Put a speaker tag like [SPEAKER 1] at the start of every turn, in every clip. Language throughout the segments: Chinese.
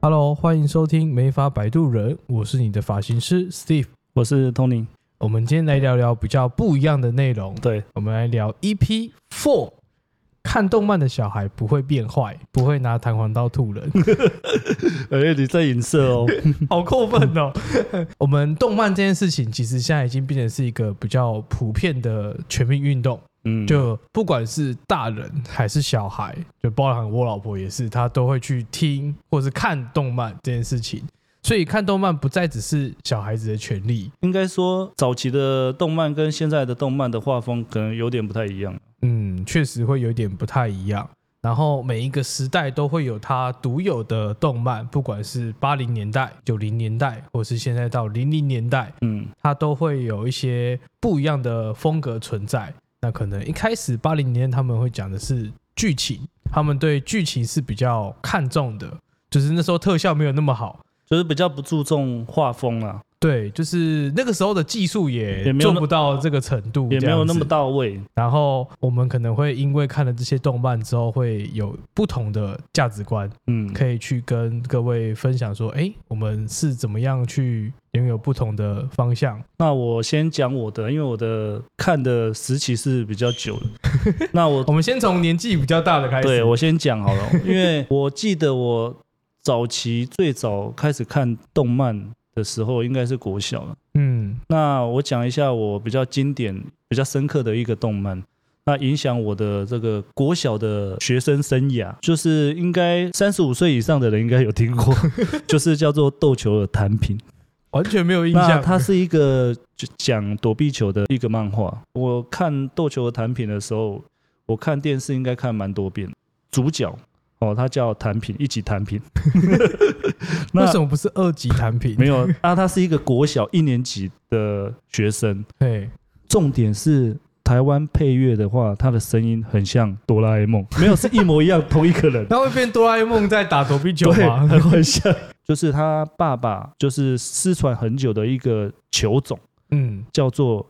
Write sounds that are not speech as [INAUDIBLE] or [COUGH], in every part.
[SPEAKER 1] Hello，欢迎收听《美发摆渡人》，我是你的发型师 Steve。
[SPEAKER 2] 我是 Tony。
[SPEAKER 1] 我们今天来聊聊比较不一样的内容，
[SPEAKER 2] 对，
[SPEAKER 1] 我们来聊 EP Four。看动漫的小孩不会变坏，不会拿弹簧刀吐人，
[SPEAKER 2] 而且哎你在影射 [LAUGHS] 哦，
[SPEAKER 1] 好过分哦！ [LAUGHS] 我们动漫这件事情，其实现在已经变成是一个比较普遍的全民运动，
[SPEAKER 2] 嗯，
[SPEAKER 1] 就不管是大人还是小孩，就包含我老婆也是，她都会去听或是看动漫这件事情。所以看动漫不再只是小孩子的权利，
[SPEAKER 2] 应该说早期的动漫跟现在的动漫的画风可能有点不太一样。
[SPEAKER 1] 嗯，确实会有点不太一样。然后每一个时代都会有它独有的动漫，不管是八零年代、九零年代，或是现在到零零年代，
[SPEAKER 2] 嗯，
[SPEAKER 1] 它都会有一些不一样的风格存在。那可能一开始八零年代他们会讲的是剧情，他们对剧情是比较看重的，就是那时候特效没有那么好，
[SPEAKER 2] 就是比较不注重画风啦、
[SPEAKER 1] 对，就是那个时候的技术也
[SPEAKER 2] 也没有
[SPEAKER 1] 做
[SPEAKER 2] 那
[SPEAKER 1] 不到这个程度，
[SPEAKER 2] 也没有那么
[SPEAKER 1] 大。
[SPEAKER 2] 到位。
[SPEAKER 1] 然后我们可能会因为看了这些动漫之后，会有不同的价值观，
[SPEAKER 2] 嗯，
[SPEAKER 1] 可以去跟各位分享说，哎，我们是怎么样去拥有不同的方向。
[SPEAKER 2] 那我先讲我的，因为我的看的时期是比较久的。 [LAUGHS] 那我
[SPEAKER 1] 我们先从年纪比较大的开始。
[SPEAKER 2] 对我先讲好了，因为我记得我早期最早开始看动漫的时候，应该是国小了。
[SPEAKER 1] 嗯
[SPEAKER 2] 那我讲一下我比较经典、比较深刻的一个动漫，那影响我的这个国小的学生生涯，就是应该三十五岁以上的人应该有听过， [LAUGHS] 就是叫做《斗球的弹平》。
[SPEAKER 1] 完全没有印
[SPEAKER 2] 那
[SPEAKER 1] 象。
[SPEAKER 2] 它是一个就讲躲避球的一个漫画。我看《斗球的弹平》的时候，我看电视应该看蛮多遍。主角哦，他叫弹平，一起弹
[SPEAKER 1] [LAUGHS]
[SPEAKER 2] 平。那
[SPEAKER 1] 为什么不是二级弹屏？
[SPEAKER 2] 没有，那他是一个国小一年级的学生。
[SPEAKER 1] 对，
[SPEAKER 2] 重点是台湾配乐的话，他的声音很像哆啦 A 梦， [LAUGHS] 没有是一模一样，同一个 [LAUGHS] 人，
[SPEAKER 1] 那会变哆啦 A 梦在打躲避球 [LAUGHS]
[SPEAKER 2] 对，
[SPEAKER 1] 吗？
[SPEAKER 2] 很很像。 [LAUGHS] 就是他爸爸就是失传很久的一个球种，
[SPEAKER 1] 嗯，
[SPEAKER 2] 叫做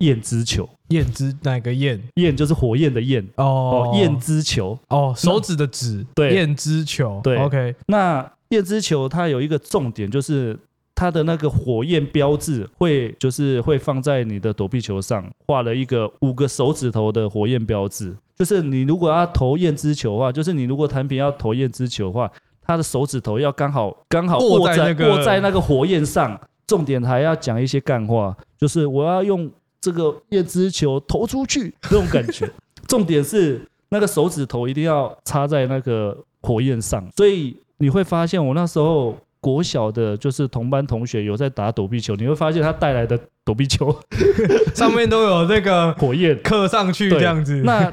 [SPEAKER 2] 焰之球，
[SPEAKER 1] 焰之哪个焰？
[SPEAKER 2] 焰就是火焰的焰
[SPEAKER 1] 哦
[SPEAKER 2] 哦，，焰之球。
[SPEAKER 1] 哦，手指的指，
[SPEAKER 2] 对
[SPEAKER 1] 焰之球，
[SPEAKER 2] 对
[SPEAKER 1] ，OK，
[SPEAKER 2] 那焰之球它有一个重点就是。它的那个火焰标志会就是会放在你的躲避球上，画了一个五个手指头的火焰标志。就是你如果要投焰之球的话，就是你如果弹平要投焰之球的话，他的手指头要刚好刚好
[SPEAKER 1] 握
[SPEAKER 2] 握
[SPEAKER 1] 在
[SPEAKER 2] 在
[SPEAKER 1] 那个
[SPEAKER 2] 握在那个火焰上。重点还要讲一些干话，就是我要用这个焰之球投出去那种感觉。重点是那个手指头一定要插在那个火焰上，所以你会发现我那时候国小的，就是同班同学有在打躲避球，你会发现他带来的躲避球 [LAUGHS]
[SPEAKER 1] 上面都有那个 [LAUGHS]
[SPEAKER 2] 火焰。
[SPEAKER 1] 刻上去
[SPEAKER 2] 对
[SPEAKER 1] 这样子。
[SPEAKER 2] 那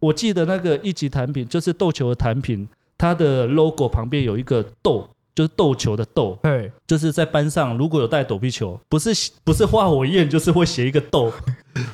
[SPEAKER 2] 我记得那个一级弹品，就是斗球的弹品，它的 logo 旁边有一个斗，就是斗球的斗，
[SPEAKER 1] 对，
[SPEAKER 2] 就是在班上如果有带躲避球，不是不是画火焰，就是会写一个斗，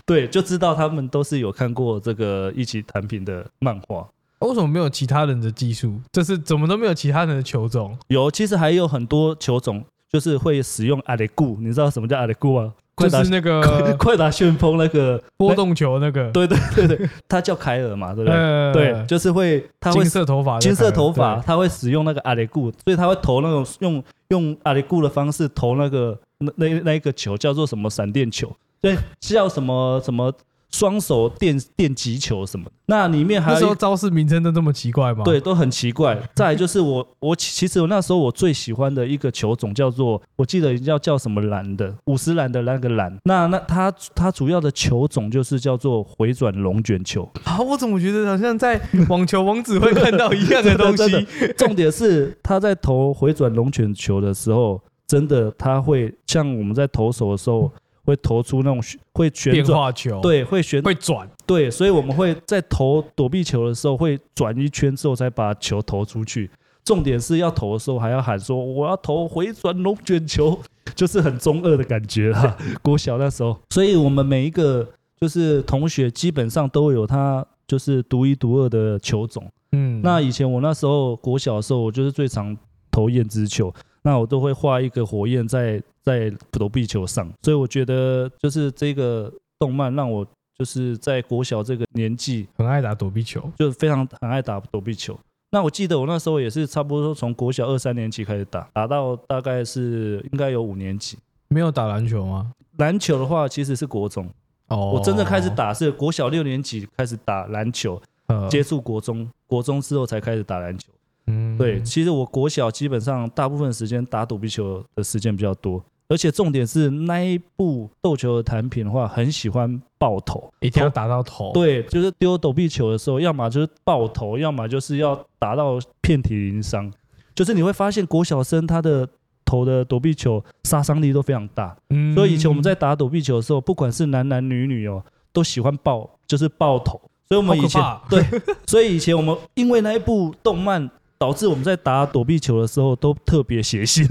[SPEAKER 2] 对，就知道他们都是有看过这个一级弹品的漫画。
[SPEAKER 1] 为什么没有其他人的技术？这是怎么都没有其他人的球种？
[SPEAKER 2] 有，其实还有很多球种，就是会使用阿雷固，你知道什么叫阿雷固吗？
[SPEAKER 1] 就
[SPEAKER 2] 快打、
[SPEAKER 1] 是那
[SPEAKER 2] [LAUGHS]
[SPEAKER 1] 个
[SPEAKER 2] 快打旋风那个，
[SPEAKER 1] 波动球那个，
[SPEAKER 2] 对对对对，他叫凯尔
[SPEAKER 1] [LAUGHS]
[SPEAKER 2] 嘛，对不对？
[SPEAKER 1] 呃，
[SPEAKER 2] 对，就是会他会
[SPEAKER 1] 金色头发的凯尔，
[SPEAKER 2] 金色头发，
[SPEAKER 1] 对，
[SPEAKER 2] 他会使用那个阿雷固，所以他会投那种用用阿雷固的方式投那个那那那一个球叫做什么闪电球，对，叫什么什么双手电电击球什么的。那里面还
[SPEAKER 1] 那时
[SPEAKER 2] 有
[SPEAKER 1] 候
[SPEAKER 2] 一
[SPEAKER 1] 招式名称都这么奇怪吗？
[SPEAKER 2] 对，都很奇怪。再来就是我，我其其实我那时候我最喜欢的一个球种叫做，我记得要叫什么蓝的，五十蓝的那个蓝。那那它它主要的球种就是叫做回转龙卷球。
[SPEAKER 1] 啊，我怎么觉得好像在网球王子会看到一样的东
[SPEAKER 2] [LAUGHS] 真的
[SPEAKER 1] 西？
[SPEAKER 2] 重点是他在投回转龙卷球的时候，真的他会像我们在投手的时候，会投出那种旋会旋
[SPEAKER 1] 变
[SPEAKER 2] 转，
[SPEAKER 1] 化球，，
[SPEAKER 2] 对，会旋
[SPEAKER 1] 会转，
[SPEAKER 2] 对，所以我们会在投躲避球的时候会转一圈之后才把球投出去。重点是要投的时候还要喊说我要投回转龙卷球，就是很中二的感觉啦。 [LAUGHS] 国小那时候，所以我们每一个就是同学基本上都有他就是独一无二的球种。
[SPEAKER 1] 嗯，
[SPEAKER 2] 那以前我那时候国小的时候，我就是最常投焰之球，那我都会画一个火焰在在投壁球上，所以我觉得就是这个动漫让我就是在国小这个年纪
[SPEAKER 1] 很爱打躲避球，
[SPEAKER 2] 就非常很爱打躲避球。那我记得我那时候也是差不多从国小二三年级开始打，打到大概是应该有五年级。
[SPEAKER 1] 没有打篮球吗？
[SPEAKER 2] 篮球的话其实是国中，
[SPEAKER 1] 哦，
[SPEAKER 2] 我真的开始打是国小六年级开始打篮球，
[SPEAKER 1] 呃
[SPEAKER 2] 接触国中，国中之后才开始打篮球。
[SPEAKER 1] 嗯
[SPEAKER 2] 对，其实我国小基本上大部分时间打躲避球的时间比较多，而且重点是那一部斗球的产品的话，很喜欢爆头。
[SPEAKER 1] 一定要打到头。，
[SPEAKER 2] 对，就是丢躲避球的时候，要么就是爆头，要么就是要打到遍体鳞伤。就是你会发现国小生他的投的躲避球杀伤力都非常大，
[SPEAKER 1] 嗯
[SPEAKER 2] 所以以前我们在打躲避球的时候，不管是男男女女哦，都喜欢爆，就是爆头。所以我们以前
[SPEAKER 1] 好可怕
[SPEAKER 2] 对，所以以前我们因为那一部动漫，导致我们在打躲避球的时候都特别血
[SPEAKER 1] [LAUGHS]
[SPEAKER 2] 腥，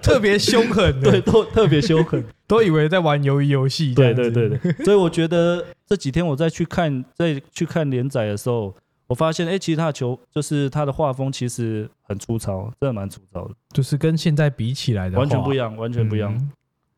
[SPEAKER 1] 特别凶狠，
[SPEAKER 2] [LAUGHS] 对，，都特别凶
[SPEAKER 1] [LAUGHS]
[SPEAKER 2] 狠。
[SPEAKER 1] 都以为在玩鱿鱼游戏。
[SPEAKER 2] 对对对，对，所以我觉得这几天我再去看再去看连载的时候，我发现哎，诶其实他的球就是他的画风其实很粗糙，真的蛮粗糙的，
[SPEAKER 1] 就是跟现在比起来的话
[SPEAKER 2] 完全不一，样，完全不一样。
[SPEAKER 1] 嗯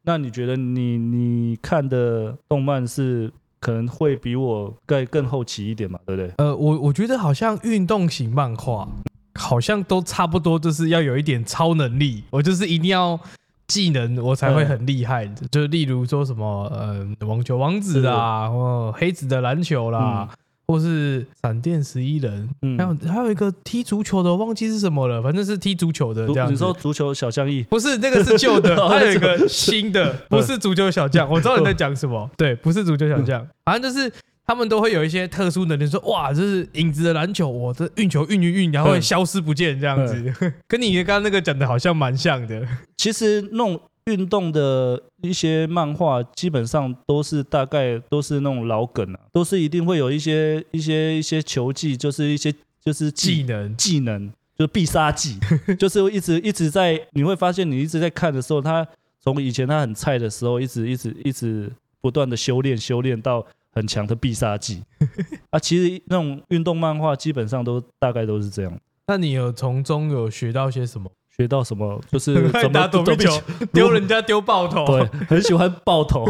[SPEAKER 2] 那你觉得你你看的动漫是可能会比我更更后期一点嘛，对不对？
[SPEAKER 1] 呃，我我觉得好像运动型漫画好像都差不多，就是要有一点超能力，我就是一定要技能我才
[SPEAKER 2] 嗯
[SPEAKER 1] 会很厉害。就例如说什么呃网球王子啦，或黑子的篮球啦，或是闪电十一人，还有
[SPEAKER 2] 嗯，
[SPEAKER 1] 还有一个踢足球的，我忘记是什么了，反正是踢足球的这
[SPEAKER 2] 足
[SPEAKER 1] 样
[SPEAKER 2] 你
[SPEAKER 1] 子
[SPEAKER 2] 说。足球小将翼，
[SPEAKER 1] 不是那个是旧的，
[SPEAKER 2] [LAUGHS] 哦
[SPEAKER 1] 还有一个新的，
[SPEAKER 2] 嗯
[SPEAKER 1] 不是足球小将。我知道你在讲什么，对，不是足球小将，反正
[SPEAKER 2] 嗯
[SPEAKER 1] 就是他们都会有一些特殊能力，说哇，这是影子的篮球，我这运球运一运，然后会消失不见这样子，
[SPEAKER 2] 嗯
[SPEAKER 1] [LAUGHS] 跟你刚刚那个讲的好像蛮像的。
[SPEAKER 2] 其实那种运动的一些漫画，基本上都是大概都是那种老梗啊，都是一定会有一些一些一些球技，就是一些就是
[SPEAKER 1] 技
[SPEAKER 2] 技
[SPEAKER 1] 能
[SPEAKER 2] 技能，就是必
[SPEAKER 1] [LAUGHS]
[SPEAKER 2] 杀技，就是一直一直在，你会发现你一直在看的时候，他从以前他很菜的时候，一直一直一直不断的修炼修炼到很强的必
[SPEAKER 1] [LAUGHS]
[SPEAKER 2] 杀技啊。其实那种运动漫画基本上都大概都是这样。
[SPEAKER 1] 那你有从中有学到些什么？
[SPEAKER 2] 学到什么就是
[SPEAKER 1] [LAUGHS] 会
[SPEAKER 2] 怎
[SPEAKER 1] 打
[SPEAKER 2] 么
[SPEAKER 1] 躲避球，丢人家丢爆头。
[SPEAKER 2] [LAUGHS]
[SPEAKER 1] [LAUGHS]
[SPEAKER 2] 对，很喜欢爆头，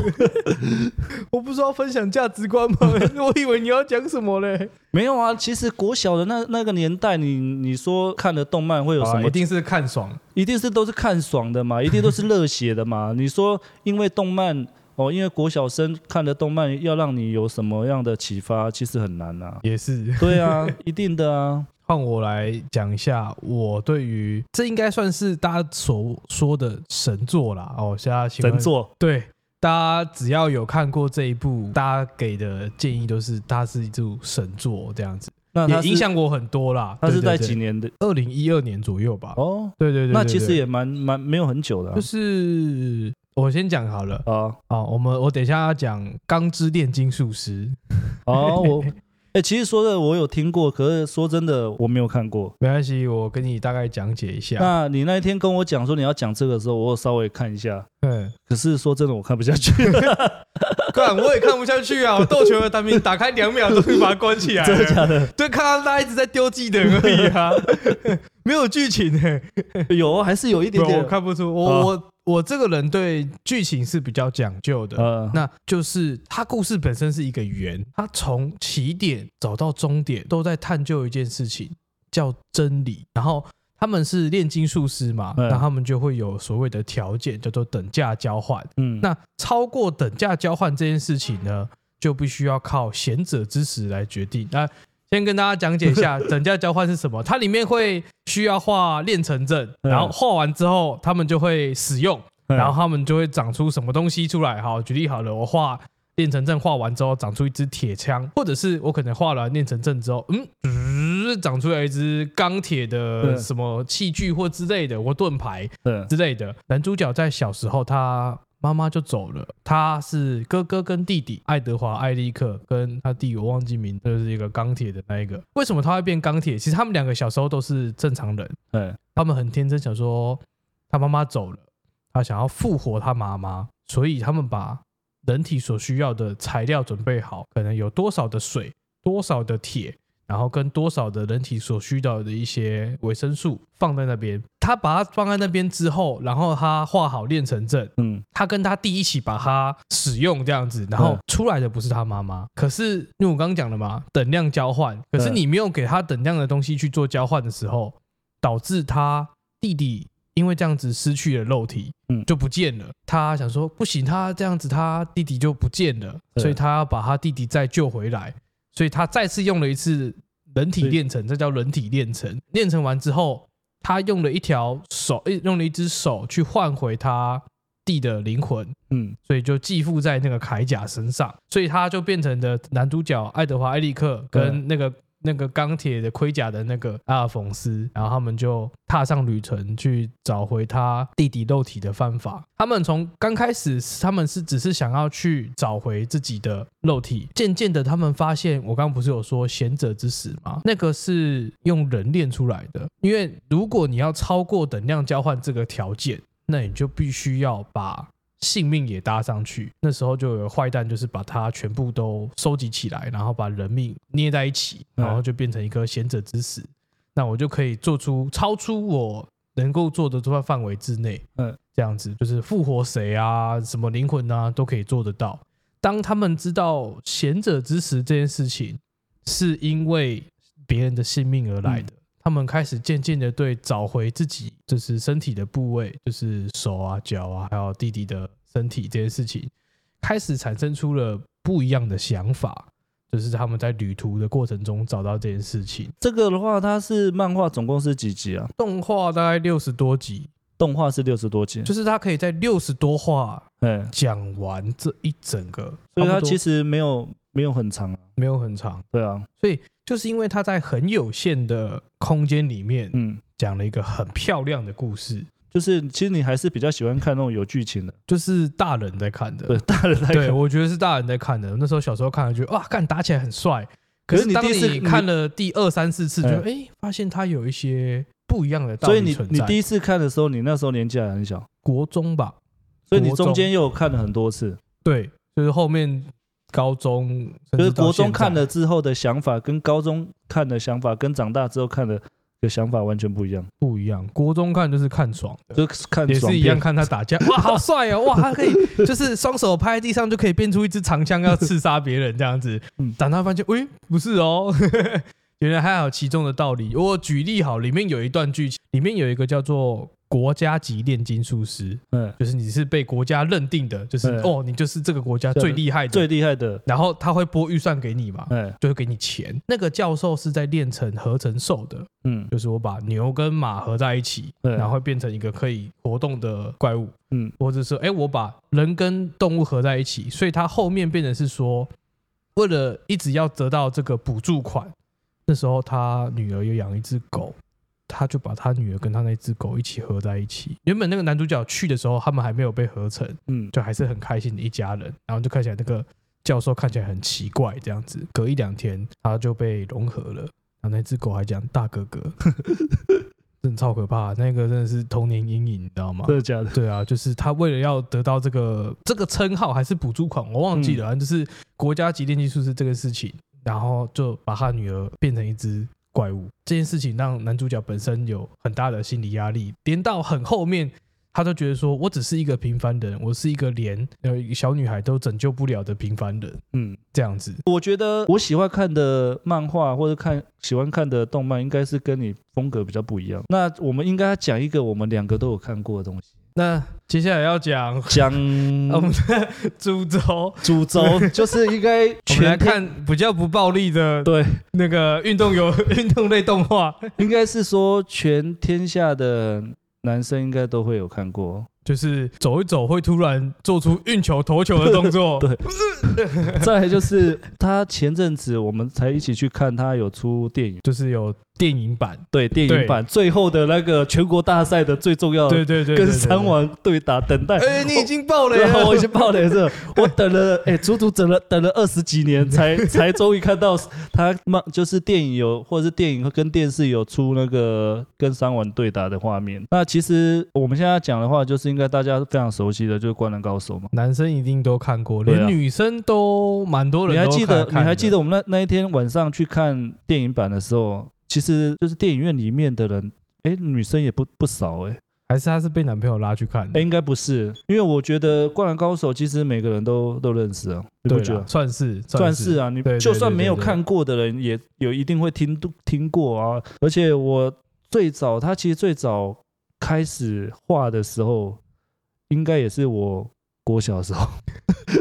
[SPEAKER 1] 我不是要分享价值观吗？ [LAUGHS] 我以为你要讲什么嘞？
[SPEAKER 2] 没有啊，其实国小的那那个年代你，你说看的动漫会有什
[SPEAKER 1] 啊
[SPEAKER 2] 么？
[SPEAKER 1] 一定是看爽，。
[SPEAKER 2] 一定是都是看爽的嘛，一定都是热血的嘛。你说因为动漫哦，因为国小生看的动漫要让你有什么样的启发，其实很难啊
[SPEAKER 1] [LAUGHS] 也是。
[SPEAKER 2] 对啊，一定的啊。
[SPEAKER 1] 换我来讲一下我对于这应该算是大家所说的神作啦。哦，现在喜欢
[SPEAKER 2] 神作，
[SPEAKER 1] 对大家只要有看过这一部，大家给的建议都是它是一部神作这样子，
[SPEAKER 2] 那他
[SPEAKER 1] 也影，响我很多啦。
[SPEAKER 2] 他是在几年的？
[SPEAKER 1] 二零一二年左右吧？
[SPEAKER 2] 哦，
[SPEAKER 1] 对对对，
[SPEAKER 2] 那
[SPEAKER 1] 对
[SPEAKER 2] 其实
[SPEAKER 1] 对
[SPEAKER 2] 也蛮蛮没有很久的啊
[SPEAKER 1] 就是我先讲好了。
[SPEAKER 2] 啊。
[SPEAKER 1] 哦，我们我等一下要讲《钢之炼金术师》，[LAUGHS]
[SPEAKER 2] 哦，我哎，其实说的我有听过，可是说真的我没有看过。
[SPEAKER 1] 没关系，我跟你大概讲解一下。
[SPEAKER 2] 那你那一天跟我讲说你要讲这个的时候，我有稍微看一下，
[SPEAKER 1] 嗯，
[SPEAKER 2] 可是说真的我看不
[SPEAKER 1] [LAUGHS]
[SPEAKER 2] 下去。
[SPEAKER 1] 干，我也看不下去啊！我斗球的单兵打开两秒钟就把它关起来
[SPEAKER 2] 真的假的？
[SPEAKER 1] 对，看到他一直在丢技能而已
[SPEAKER 2] [LAUGHS]
[SPEAKER 1] 啊，没有剧情诶、
[SPEAKER 2] 有，还是有一点
[SPEAKER 1] 不我
[SPEAKER 2] 点。
[SPEAKER 1] 看不出，我、
[SPEAKER 2] 啊
[SPEAKER 1] 我我这个人对剧情是比较讲究的。
[SPEAKER 2] 呃，
[SPEAKER 1] 那就是他故事本身是一个圆，他从起点走到终点都在探究一件事情，叫真理。然后他们是炼金术师嘛，
[SPEAKER 2] 嗯
[SPEAKER 1] 那他们就会有所谓的条件，叫做等价交换。
[SPEAKER 2] 嗯，
[SPEAKER 1] 那超过等价交换这件事情呢，就必须要靠贤者之石来决定。那先跟大家讲解一
[SPEAKER 2] [LAUGHS]
[SPEAKER 1] 下等价交换是什么，它里面会需要画炼成阵，
[SPEAKER 2] 嗯
[SPEAKER 1] 然后画完之后他们就会使用，然后
[SPEAKER 2] 后
[SPEAKER 1] 他们就会长出什么东西出来。好，举例好了，我画。炼成阵画完之后，长出一支铁枪，或者是我可能画了炼成阵之后，嗯，呃长出来一支钢铁的
[SPEAKER 2] 嗯
[SPEAKER 1] 什么器具或之类的，或盾牌，
[SPEAKER 2] 嗯
[SPEAKER 1] 之类的。男主角在小时候，他妈妈就走了，他是哥哥跟弟弟，爱德华、艾利克跟他弟，我忘记名，就是一个钢铁的那一个。为什么他会变钢铁？其实他们两个小时候都是正常人，
[SPEAKER 2] 嗯
[SPEAKER 1] 他们很天真，想说他妈妈走了，他想要复活他妈妈，所以他们把人体所需要的材料准备好，可能有多少的水，多少的铁，然后跟多少的人体所需到的一些维生素放在那边。他把它放在那边之后，然后他画好练成阵，
[SPEAKER 2] 嗯，
[SPEAKER 1] 他跟他弟一起把它使用这样子，然后
[SPEAKER 2] 嗯
[SPEAKER 1] 出来的不是他妈妈，可是因为我刚刚讲了嘛，等量交换，可是
[SPEAKER 2] 嗯
[SPEAKER 1] 你没有给他等量的东西去做交换的时候，导致他弟弟因为这样子失去了肉体，
[SPEAKER 2] 嗯
[SPEAKER 1] 就不见了。他想说不行，他这样子他弟弟就不见了，
[SPEAKER 2] 对
[SPEAKER 1] 所以他要把他弟弟再救回来，所以他再次用了一次人体
[SPEAKER 2] 所以
[SPEAKER 1] 炼成，这叫人体炼成。炼成完之后，他用了一条手，诶用了一只手去换回他弟的灵魂，
[SPEAKER 2] 嗯，
[SPEAKER 1] 所以就寄附在那个铠甲身上，所以他就变成了男主角爱德华·艾利克跟那个那个钢铁的盔甲的那个阿尔冯斯，然后他们就踏上旅程去找回他弟弟肉体的犯法。他们从刚开始，他们是只是想要去找回自己的肉体，渐渐的他们发现，我刚刚不是有说贤者之石吗？那个是用人练出来的，因为如果你要超过等量交换这个条件，那你就必须要把性命也搭上去。那时候就有坏蛋，就是把它全部都收集起来，然后把人命捏在一起，
[SPEAKER 2] 嗯
[SPEAKER 1] 然后就变成一个贤者之石。那我就可以做出超出我能够做的这块范围之内，
[SPEAKER 2] 嗯
[SPEAKER 1] 嗯，这样子就是复活谁啊，什么灵魂啊，都可以做得到。当他们知道贤者之石这件事情是因为别人的性命而来的，他们开始渐渐的对找回自己就是身体的部位，就是手啊、脚啊，还有弟弟的身体这件事情，开始产生出了不一样的想法。就是他们在旅途的过程中找到这件事情。
[SPEAKER 2] 这个的话，它是漫画总共是几集啊？
[SPEAKER 1] 动画大概六十多集，
[SPEAKER 2] 动画是六十多集，
[SPEAKER 1] 就是他可以在六十多话
[SPEAKER 2] 哎，
[SPEAKER 1] 讲完这一整个，
[SPEAKER 2] 所以它
[SPEAKER 1] 差不多
[SPEAKER 2] 其实没有没有很长啊，
[SPEAKER 1] 没有很长，
[SPEAKER 2] 对啊，
[SPEAKER 1] 就是因为他在很有限的空间里面
[SPEAKER 2] 嗯，
[SPEAKER 1] 讲了一个很漂亮的故事，
[SPEAKER 2] 就是其实你还是比较喜欢看那种有剧情的，
[SPEAKER 1] 就是大人在看的，
[SPEAKER 2] 对，大人来 [LAUGHS]
[SPEAKER 1] 对，
[SPEAKER 2] 看。
[SPEAKER 1] 我觉得是大人在看的。那时候小时候看了，觉得哇，干打起来很帅。可
[SPEAKER 2] 可是
[SPEAKER 1] 是
[SPEAKER 2] 你
[SPEAKER 1] 当
[SPEAKER 2] 第一次
[SPEAKER 1] 你看了第二三四次，觉得
[SPEAKER 2] 嗯
[SPEAKER 1] 哎、诶发现他有一些不一样的道
[SPEAKER 2] 所以
[SPEAKER 1] 理
[SPEAKER 2] 你
[SPEAKER 1] 存在。
[SPEAKER 2] 你第一次看的时候，你那时候年纪还很小，
[SPEAKER 1] 国中吧，
[SPEAKER 2] 所以你
[SPEAKER 1] 国中
[SPEAKER 2] 中间又有看了很多次，
[SPEAKER 1] 对，就是后面高中，甚
[SPEAKER 2] 就
[SPEAKER 1] 至
[SPEAKER 2] 是
[SPEAKER 1] 到
[SPEAKER 2] 国中
[SPEAKER 1] 现在
[SPEAKER 2] 看了之后的想法，跟高中看的想法，跟长大之后看的的想法完全不一样，
[SPEAKER 1] 不一样。国中看就是看爽的，
[SPEAKER 2] 就是看
[SPEAKER 1] 也
[SPEAKER 2] 爽
[SPEAKER 1] 是
[SPEAKER 2] 片
[SPEAKER 1] 一样，看他打
[SPEAKER 2] [LAUGHS]
[SPEAKER 1] 架，哇，好帅哦！哇，他可以就是双手拍在地上就可以变出一支长枪，要刺杀别人这样子
[SPEAKER 2] 嗯。
[SPEAKER 1] 长大发现，喂、不是哦， [LAUGHS] 原来还有其中的道理。我举例好，里面有一段剧情，里面有一个叫做国家级炼金术师，
[SPEAKER 2] 嗯，
[SPEAKER 1] 就是你是被国家认定的，就是、
[SPEAKER 2] 嗯
[SPEAKER 1] 哦，你就是这个国家最厉害的，
[SPEAKER 2] 最厉害的，
[SPEAKER 1] 然后他会拨预算给你嘛。
[SPEAKER 2] 哎，
[SPEAKER 1] 就会给你钱。那个教授是在炼成合成兽的，
[SPEAKER 2] 嗯
[SPEAKER 1] 就是我把牛跟马合在一起，
[SPEAKER 2] 对
[SPEAKER 1] 然后会变成一个可以活动的怪物，
[SPEAKER 2] 嗯，
[SPEAKER 1] 或者是哎、诶我把人跟动物合在一起，所以它后面变成是说，为了一直要得到这个补助款，那时候他女儿有养一只狗。他就把他女儿跟他那只狗一起合在一起。原本那个男主角去的时候，他们还没有被合成，
[SPEAKER 2] 嗯，
[SPEAKER 1] 就还是很开心的一家人。然后就看起来那个教授看起来很奇怪这样子，隔一两天他就被融合了。然后那只狗还讲大哥 [LAUGHS] 哥，真的超可怕，那个真的是童年阴影，你知道吗？
[SPEAKER 2] 真的假的？
[SPEAKER 1] 对啊，就是他为了要得到这个这个称号还是补助款，我忘记了，就是国家级电技术师这个事情，然后就把他女儿变成一只怪物。这件事情让男主角本身有很大的心理压力，连到很后面。他都觉得说，我只是一个平凡人，我是一个连呃小女孩都拯救不了的平凡人，
[SPEAKER 2] 嗯，
[SPEAKER 1] 这样子。
[SPEAKER 2] 我觉得我喜欢看的漫画或者看喜欢看的动漫，应该是跟你风格比较不一样。那我们应该讲一个我们两个都有看过的东西，
[SPEAKER 1] 那接下来要讲
[SPEAKER 2] 讲
[SPEAKER 1] [LAUGHS] 我们的株洲，
[SPEAKER 2] 主
[SPEAKER 1] [LAUGHS]
[SPEAKER 2] 轴，就是应该
[SPEAKER 1] 我们来
[SPEAKER 2] 天
[SPEAKER 1] 看比较不暴力的
[SPEAKER 2] 对，
[SPEAKER 1] 那个运动游 [LAUGHS] 运动类动画。
[SPEAKER 2] 应该是说全天下的男生应该都会有看过，
[SPEAKER 1] 就是走一走会突然做出运球、投球的动作。
[SPEAKER 2] [LAUGHS] 对再来就是他前阵子我们才一起去看他有出电影，
[SPEAKER 1] 就是有电影版，
[SPEAKER 2] 对电影版最后的那个全国大赛的最重要的
[SPEAKER 1] 对对对，
[SPEAKER 2] 哦跟
[SPEAKER 1] 对
[SPEAKER 2] 三，王对打，等待
[SPEAKER 1] 对。对哎，你已经爆
[SPEAKER 2] 对啊，
[SPEAKER 1] 了，
[SPEAKER 2] 我已经爆雷了，我等了，
[SPEAKER 1] [LAUGHS]
[SPEAKER 2] 哎、足足等了等了二十几年，才才终于看到他漫，就是电影有，或者是电影跟电视有出那个跟三王对打的画面。那其实我们现在讲的话，就是应该大家非常熟悉的，就是《灌篮高手》嘛。
[SPEAKER 1] 男生一定都看过，
[SPEAKER 2] 对啊
[SPEAKER 1] 连女生都蛮多人
[SPEAKER 2] 你
[SPEAKER 1] 都
[SPEAKER 2] 还记
[SPEAKER 1] 看
[SPEAKER 2] 得？你还
[SPEAKER 1] 看的
[SPEAKER 2] 记？得我们那那一天晚上去看电影版的时候，其实就是电影院里面的人，哎，女生也不不少哎、诶
[SPEAKER 1] 还是她是被男朋友拉去看
[SPEAKER 2] 哎，
[SPEAKER 1] 的？
[SPEAKER 2] 应该不是，因为我觉得《灌篮高手》其实每个人都都认识啊，你不
[SPEAKER 1] 对
[SPEAKER 2] 觉
[SPEAKER 1] 啦
[SPEAKER 2] 得，？
[SPEAKER 1] 算是
[SPEAKER 2] 算是啊，你
[SPEAKER 1] 对对
[SPEAKER 2] 就算
[SPEAKER 1] 对
[SPEAKER 2] 没有
[SPEAKER 1] 对
[SPEAKER 2] 看过的人，也有一定会听听过啊。而且我最早，他其实最早开始画的时候，应该也是我国小的 [LAUGHS] 时候，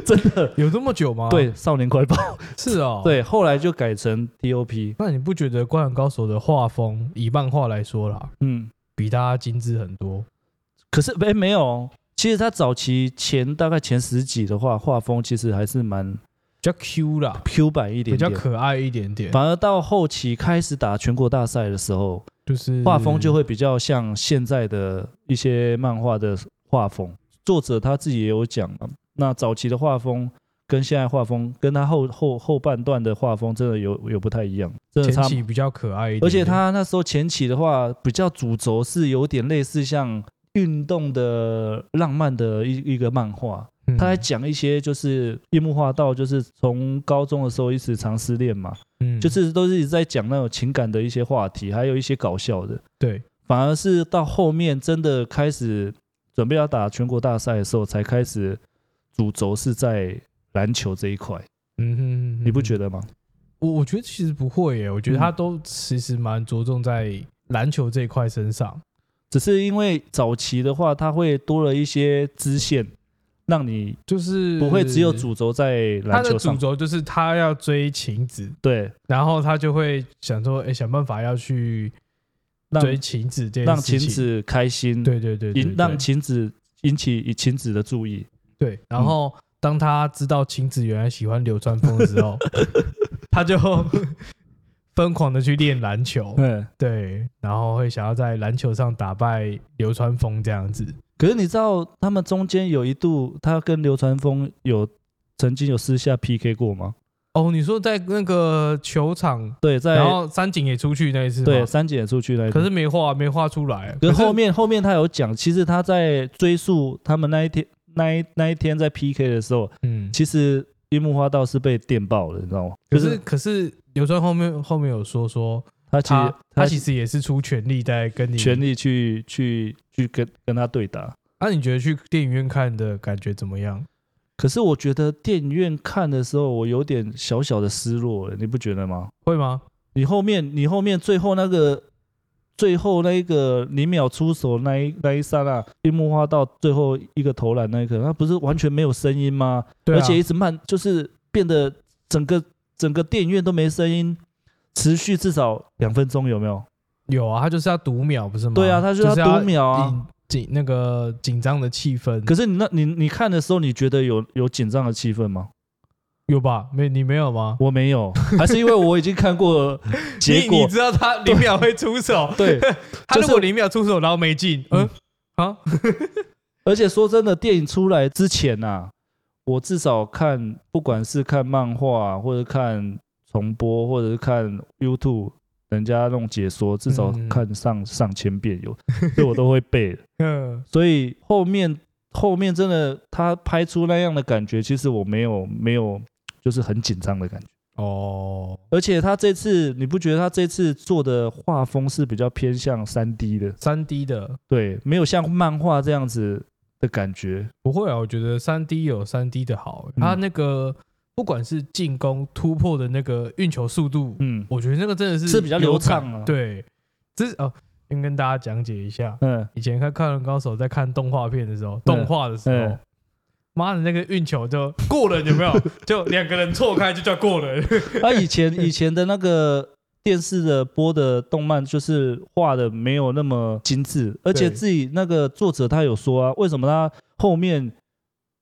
[SPEAKER 2] 真的。啊
[SPEAKER 1] 有这么久吗？，
[SPEAKER 2] 对，少年快报。
[SPEAKER 1] 是哦，。
[SPEAKER 2] 对，后来就改成 DOP。
[SPEAKER 1] 那你不觉得《灌篮高手》的画风以漫画来说啦，
[SPEAKER 2] 嗯，
[SPEAKER 1] 比它精致很多？
[SPEAKER 2] 可是哎，没有，其实他早期前大概前十几的话，画风其实还是蛮
[SPEAKER 1] 比较 Q 啦，
[SPEAKER 2] Q 版一
[SPEAKER 1] 比
[SPEAKER 2] 点
[SPEAKER 1] 较
[SPEAKER 2] 点。
[SPEAKER 1] 可爱一点点，
[SPEAKER 2] 反而到后期开始打全国大赛的时候，
[SPEAKER 1] 就是
[SPEAKER 2] 画风就会比较像现在的一些漫画的画风。作者他自己也有讲嘛，那早期的画风跟现在画风，跟他后后后半段的画风真的有有不太一样，真的
[SPEAKER 1] 前
[SPEAKER 2] 差。
[SPEAKER 1] 期比较可爱一点点，
[SPEAKER 2] 而且他那时候前期的话，比较主轴是有点类似像运动的浪漫的一一个漫画，
[SPEAKER 1] 嗯
[SPEAKER 2] 他还讲一些就是樱木花道，就是从高中的时候一直常失恋嘛，
[SPEAKER 1] 嗯
[SPEAKER 2] 就是都是一直在讲那种情感的一些话题，还有一些搞笑的。
[SPEAKER 1] 对
[SPEAKER 2] 反而是到后面真的开始准备要打全国大赛的时候，才开始主轴是在篮球这一块，
[SPEAKER 1] 嗯哼，
[SPEAKER 2] 你不觉嗯
[SPEAKER 1] 得？
[SPEAKER 2] 得吗？
[SPEAKER 1] 我我觉得其实不会耶，我觉得他都其实蛮着重在篮球这一块身上，
[SPEAKER 2] 只是因为早期的话，它会多了一些支线，让你
[SPEAKER 1] 就是
[SPEAKER 2] 不会只有。主轴在
[SPEAKER 1] 他
[SPEAKER 2] 篮
[SPEAKER 1] 的
[SPEAKER 2] 球
[SPEAKER 1] 主
[SPEAKER 2] 上。
[SPEAKER 1] 轴就是他要追晴子，
[SPEAKER 2] 对，
[SPEAKER 1] 然后他就会想说，哎，想办法要去
[SPEAKER 2] 让
[SPEAKER 1] 追晴子这件
[SPEAKER 2] 让
[SPEAKER 1] 事情
[SPEAKER 2] 晴，子开心，
[SPEAKER 1] 对对对对
[SPEAKER 2] 引
[SPEAKER 1] 对
[SPEAKER 2] 让晴嗯子引起晴子的注意。
[SPEAKER 1] 对，然后当他知道晴子原来喜欢流川枫的时候， [LAUGHS] 他就 [LAUGHS] 疯狂的去练篮球，
[SPEAKER 2] 嗯，
[SPEAKER 1] 对，然后会想要在篮球上打败流川枫这样子。
[SPEAKER 2] 可是你知道他们中间有一度，他跟流川枫有曾经有私下 PK 过吗？
[SPEAKER 1] 哦，你说在那个球场，
[SPEAKER 2] 对，在
[SPEAKER 1] 然后三井也出去那一次吗，
[SPEAKER 2] 对，三姐出去那一
[SPEAKER 1] 可
[SPEAKER 2] 天。
[SPEAKER 1] 是没画，没画出来。
[SPEAKER 2] 可
[SPEAKER 1] 可
[SPEAKER 2] 是后面后面他有讲，其实他在追溯他们那一天那一那一天在 PK 的时候，
[SPEAKER 1] 嗯，
[SPEAKER 2] 其实樱木花道是被电爆了，你知道吗？
[SPEAKER 1] 可
[SPEAKER 2] 就是
[SPEAKER 1] 可是流川后面后面有说说
[SPEAKER 2] 他其实
[SPEAKER 1] 他他其实也是出全力在跟你
[SPEAKER 2] 全力去去去跟跟他对打。
[SPEAKER 1] 那、啊你觉得去电影院看的感觉怎么样？
[SPEAKER 2] 可是我觉得电影院看的时候，我有点小小的失落，你不觉得吗？
[SPEAKER 1] 会吗？
[SPEAKER 2] 你后面你后面最后那个最后那一个零秒出手那一那一刹那，樱木花道最后一个投篮那一刻，他不是完全没有声音吗？
[SPEAKER 1] 对啊、
[SPEAKER 2] 而且一直慢，就是变得整个整个电影院都没声音，持续至少两分钟，有没有？
[SPEAKER 1] 有啊，他就是要读秒，不是吗？
[SPEAKER 2] 对啊，他
[SPEAKER 1] 就
[SPEAKER 2] 就是要读秒啊。
[SPEAKER 1] 引紧那个紧张的气氛，
[SPEAKER 2] 可是你那你你看的时候，你觉得有有紧张的气氛吗？
[SPEAKER 1] 有吧？没你没有吗？
[SPEAKER 2] [LAUGHS] 我没有，还是因为我已经看过结
[SPEAKER 1] 你你
[SPEAKER 2] 果。
[SPEAKER 1] 知道他零秒会出手，
[SPEAKER 2] 对，
[SPEAKER 1] 他如
[SPEAKER 2] [LAUGHS] 就
[SPEAKER 1] 果
[SPEAKER 2] 是
[SPEAKER 1] 零秒出手然后没进，嗯，啊，
[SPEAKER 2] 而且说真的，电影出来之前啊，我至少看，不管是看漫画、或者看重播，或者是看 YouTube 人家弄解说，至少
[SPEAKER 1] 嗯
[SPEAKER 2] 看上、上千遍有，所以我都会背的。
[SPEAKER 1] 嗯，
[SPEAKER 2] 所以后面后面真的他拍出那样的感觉，其实我没有没有就是很紧张的感觉。
[SPEAKER 1] 哦，
[SPEAKER 2] 而且他这次，你不觉得他这次做的画风是比较偏向三 D 的？
[SPEAKER 1] 三 D 的
[SPEAKER 2] 对，没有像漫画这样子的感觉。
[SPEAKER 1] 不会啊，我觉得三 D 有三 D 的好，
[SPEAKER 2] 嗯
[SPEAKER 1] 他那个不管是进攻突破的那个运球速度，
[SPEAKER 2] 嗯
[SPEAKER 1] 我觉得那个真的是
[SPEAKER 2] 是比较流畅啊
[SPEAKER 1] 有感对，这是哦，先跟大家讲解一下，
[SPEAKER 2] 嗯，
[SPEAKER 1] 以前看《灌篮高手》在看动画片的时候，动画的时候
[SPEAKER 2] 嗯，
[SPEAKER 1] 妈的那个运球就过人有
[SPEAKER 2] [LAUGHS]
[SPEAKER 1] 没有？就两个人错开就叫过人。
[SPEAKER 2] 他啊以前以前的那个电视的播的动漫，就是画的没有那么精致，而且
[SPEAKER 1] 对
[SPEAKER 2] 自己那个作者他有说啊，为什么他后面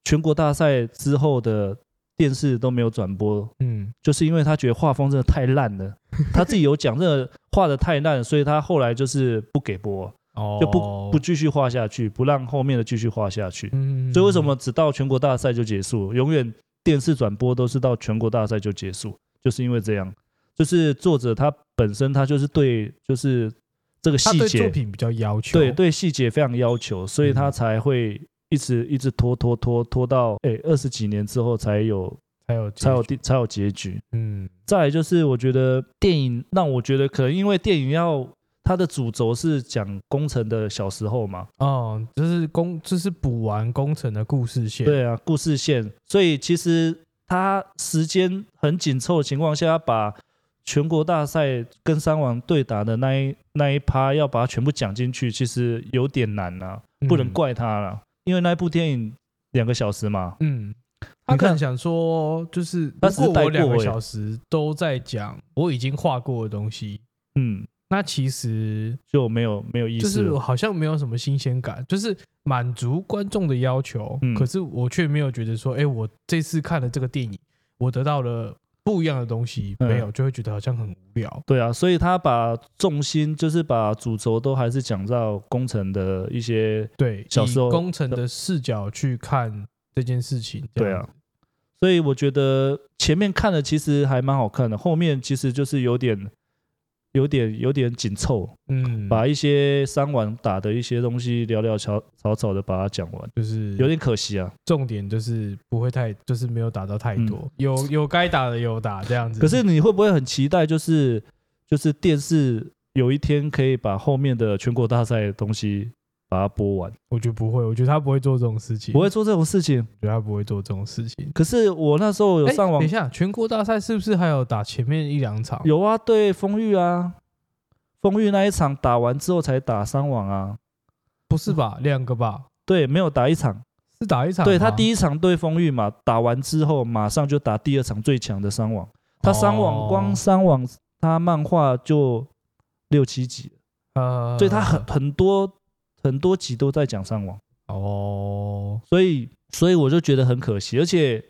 [SPEAKER 2] 全国大赛之后的电视都没有转播，
[SPEAKER 1] 嗯，
[SPEAKER 2] 就是因为他觉得画风真的太烂了。他自己有讲，这画的太烂，所以他后来就是不给播，
[SPEAKER 1] 哦，
[SPEAKER 2] 就不、不继续画下去，不让后面的继续画下去。
[SPEAKER 1] 嗯，嗯
[SPEAKER 2] 所以为什么只到全国大赛就结束？永远电视转播都是到全国大赛就结束，就是因为这样，就是作者他本身他就是对就是这个
[SPEAKER 1] 他
[SPEAKER 2] 细
[SPEAKER 1] 对
[SPEAKER 2] 节
[SPEAKER 1] 作品比较要求？
[SPEAKER 2] 对对细节非常要求，所以他
[SPEAKER 1] 嗯
[SPEAKER 2] 才会一直一直拖拖拖拖到诶二十几年之后才有
[SPEAKER 1] 才有
[SPEAKER 2] 才有
[SPEAKER 1] 结局
[SPEAKER 2] 第才有结局。
[SPEAKER 1] 嗯
[SPEAKER 2] 再来就是我觉得电影让我觉得可能因为电影要它的主轴是讲工程的小时候嘛，
[SPEAKER 1] 哦，就是工就是补完工程的故事线，，
[SPEAKER 2] 对啊，故事线，所以其实他时间很紧凑的情况下，他把全国大赛跟三王对打的那一那一趴要把它全部讲进去，其实有点难啊，
[SPEAKER 1] 嗯
[SPEAKER 2] 不能。怪他了，因为那一部电影两个小时嘛，
[SPEAKER 1] 嗯，他
[SPEAKER 2] 你
[SPEAKER 1] 可能
[SPEAKER 2] 看
[SPEAKER 1] 想说，就是
[SPEAKER 2] 他
[SPEAKER 1] 如
[SPEAKER 2] 只是
[SPEAKER 1] 果
[SPEAKER 2] 带
[SPEAKER 1] 我两
[SPEAKER 2] 过欸
[SPEAKER 1] 个
[SPEAKER 2] 而已
[SPEAKER 1] 小时都在讲我已经画过的东西，
[SPEAKER 2] 嗯，
[SPEAKER 1] 那其实
[SPEAKER 2] 就没有没有意
[SPEAKER 1] 就
[SPEAKER 2] 思
[SPEAKER 1] 是
[SPEAKER 2] 了，
[SPEAKER 1] 好像没有什么新鲜感，就是满足观众的要求，
[SPEAKER 2] 嗯
[SPEAKER 1] 可是我却没有觉得说，哎、我这次看了这个电影，我得到了不一样的东西，
[SPEAKER 2] 嗯
[SPEAKER 1] 没有，就会觉得好像很无聊。
[SPEAKER 2] 对啊，所以他把重心就是把主轴都还是讲到工程的一些
[SPEAKER 1] 对，
[SPEAKER 2] 小
[SPEAKER 1] 以
[SPEAKER 2] 时候
[SPEAKER 1] 工程的视角去看这件事情，这
[SPEAKER 2] 对
[SPEAKER 1] 样
[SPEAKER 2] 啊，所以我觉得前面看的其实还蛮好看的，后面其实就是有点、有点、有点紧凑，
[SPEAKER 1] 嗯，
[SPEAKER 2] 把一些三网打的一些东西潦潦草草草的把它讲完，
[SPEAKER 1] 就是
[SPEAKER 2] 有点可惜啊。
[SPEAKER 1] 重点就是不会太，就是没有打到太
[SPEAKER 2] 嗯
[SPEAKER 1] 多，有有该打的有打这样子。
[SPEAKER 2] 可是你会不会很期待，就是就是电视有一天可以把后面的全国大赛的东西把它播完？
[SPEAKER 1] 我觉得不会，我觉得他不会做这种事情，
[SPEAKER 2] 不会，做这种事情。
[SPEAKER 1] 我觉得他不会做这种事情。
[SPEAKER 2] 可是我那时候有
[SPEAKER 1] 哎哎
[SPEAKER 2] 上网
[SPEAKER 1] 等一，下，全国大赛是不是还有打前面一两场？
[SPEAKER 2] 有啊，对丰裕啊，丰裕那一场打完之后才打三网啊，
[SPEAKER 1] 不是吧？两个吧？
[SPEAKER 2] 对，没有打一场。
[SPEAKER 1] 是打一场吗？
[SPEAKER 2] 对他第
[SPEAKER 1] 一
[SPEAKER 2] 一场对丰裕嘛，打完之后马上就打第二场最强的三网，他三
[SPEAKER 1] 哦
[SPEAKER 2] 网光三网他漫画就六七集，
[SPEAKER 1] 呃，
[SPEAKER 2] 所以他很很多很多集都在讲三网，
[SPEAKER 1] 哦，
[SPEAKER 2] 所以所以我就觉得很可惜，而且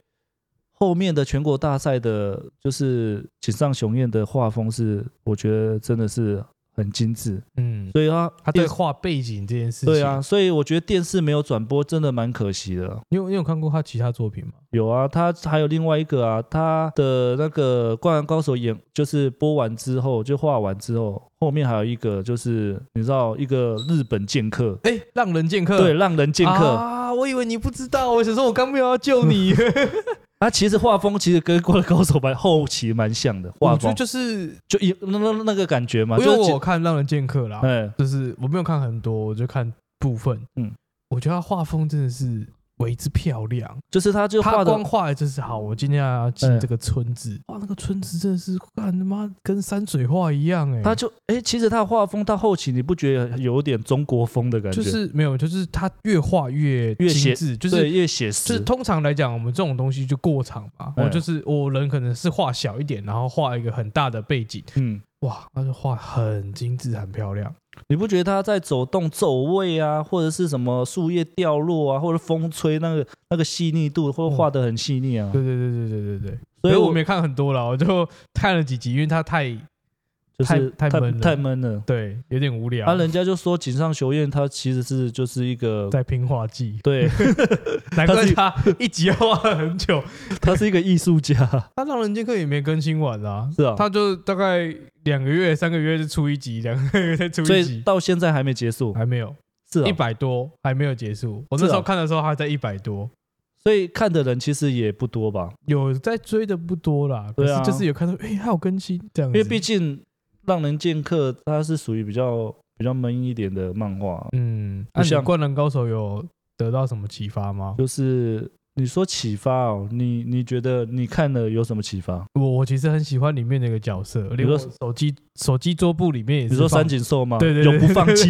[SPEAKER 2] 后面的全国大赛的，就是井上雄彦的画风是，我觉得真的是很精致，
[SPEAKER 1] 嗯，
[SPEAKER 2] 所以他
[SPEAKER 1] 他对画背景这件事情，
[SPEAKER 2] 对啊，，所以我觉得电视没有转播真的蛮可惜的。
[SPEAKER 1] 你有你有看过他其他作品吗？
[SPEAKER 2] 有啊，他还有另外一个啊，他的那个《灌篮高手》演就是播完之后，就画完之后，后面还有一个就是你知道一个日本剑客，
[SPEAKER 1] 哎，浪人剑客，
[SPEAKER 2] 对，，浪人剑客，
[SPEAKER 1] 啊，我以为你不知道，我想说我刚没有要救 [LAUGHS] 你。
[SPEAKER 2] 他其实画风其实跟《灌篮高手》蛮后期蛮像的，
[SPEAKER 1] 我
[SPEAKER 2] 画
[SPEAKER 1] 觉得
[SPEAKER 2] 风
[SPEAKER 1] 哦就是
[SPEAKER 2] 就一那那那个感觉嘛，
[SPEAKER 1] 因为
[SPEAKER 2] 就是
[SPEAKER 1] 我看《浪人剑客》啦，
[SPEAKER 2] 哎，
[SPEAKER 1] 就是我没有看很多，我就看部分。嗯
[SPEAKER 2] 嗯，
[SPEAKER 1] 我觉得他画风真的是为之漂亮，
[SPEAKER 2] 就是他就
[SPEAKER 1] 他
[SPEAKER 2] 画
[SPEAKER 1] 光
[SPEAKER 2] 的
[SPEAKER 1] 画的真是好。我今天要进
[SPEAKER 2] 嗯
[SPEAKER 1] 这个村子，哇，那个村子真的是干他妈跟山水画一样哎、
[SPEAKER 2] 他就哎，其实他的画风到后期你不觉得有点中国风的感觉？
[SPEAKER 1] 就是没有，就是他越画越
[SPEAKER 2] 越
[SPEAKER 1] 精
[SPEAKER 2] 写
[SPEAKER 1] 致，就
[SPEAKER 2] 对，
[SPEAKER 1] 是。
[SPEAKER 2] 越写
[SPEAKER 1] 就是
[SPEAKER 2] 实，
[SPEAKER 1] 通常来讲，我们这种东西就过场嘛。
[SPEAKER 2] 嗯
[SPEAKER 1] 我就是我人可能是画小一点，然后画一个很大的背景，
[SPEAKER 2] 嗯。
[SPEAKER 1] 哇，那就画很精致，很漂亮。
[SPEAKER 2] 你不觉得他在走动、走位啊，或者是什么树叶掉落啊，或者风吹那个那个细腻度，或者画的很细腻啊？
[SPEAKER 1] 嗯对对对对对对对。
[SPEAKER 2] 所
[SPEAKER 1] 所
[SPEAKER 2] 以
[SPEAKER 1] 以我
[SPEAKER 2] 我
[SPEAKER 1] 没看很多了，我就看了几集，因为它太
[SPEAKER 2] 就是
[SPEAKER 1] 太太
[SPEAKER 2] 太
[SPEAKER 1] 闷了
[SPEAKER 2] 太闷了。
[SPEAKER 1] 对有点无聊。
[SPEAKER 2] 啊，人家就说井上雄彦他其实是就是一个
[SPEAKER 1] 在拼画
[SPEAKER 2] [LAUGHS]
[SPEAKER 1] 技，
[SPEAKER 2] 对，
[SPEAKER 1] [LAUGHS] 难怪
[SPEAKER 2] 是
[SPEAKER 1] 他一集要画很久。
[SPEAKER 2] 他是一个艺术家，
[SPEAKER 1] 他《让人剑客》也没更新完啊，
[SPEAKER 2] 是啊，
[SPEAKER 1] 他就大概两个月、三个月就出一集，两个月再出
[SPEAKER 2] 所
[SPEAKER 1] 一
[SPEAKER 2] 以
[SPEAKER 1] 集，
[SPEAKER 2] 到现在还没结束，
[SPEAKER 1] 还没有
[SPEAKER 2] 是
[SPEAKER 1] 哎一
[SPEAKER 2] 啊。
[SPEAKER 1] 百多，还没有结束。我那
[SPEAKER 2] 是啊
[SPEAKER 1] 时候看的时候，他在一百多，
[SPEAKER 2] 所以看的人其实也不多吧，
[SPEAKER 1] 有在追的不多啦，可
[SPEAKER 2] 对
[SPEAKER 1] 是
[SPEAKER 2] 啊
[SPEAKER 1] 就是有看到，哎，还有更新这样
[SPEAKER 2] 因
[SPEAKER 1] 子。
[SPEAKER 2] 为毕竟《让人剑客》他是属于比较比较闷一点的漫画，
[SPEAKER 1] 嗯，
[SPEAKER 2] 不
[SPEAKER 1] 那你《
[SPEAKER 2] 像
[SPEAKER 1] 灌篮高手》有得到什么启发吗？
[SPEAKER 2] 就是你说启发哦，你你觉得你看了有什么启发？
[SPEAKER 1] 我我其实很喜欢里面那个角色，连我
[SPEAKER 2] 说
[SPEAKER 1] 手机手机桌布里面也是
[SPEAKER 2] 你说
[SPEAKER 1] 放
[SPEAKER 2] 三井寿吗？
[SPEAKER 1] 对对对
[SPEAKER 2] 永不放
[SPEAKER 1] [LAUGHS]
[SPEAKER 2] 弃。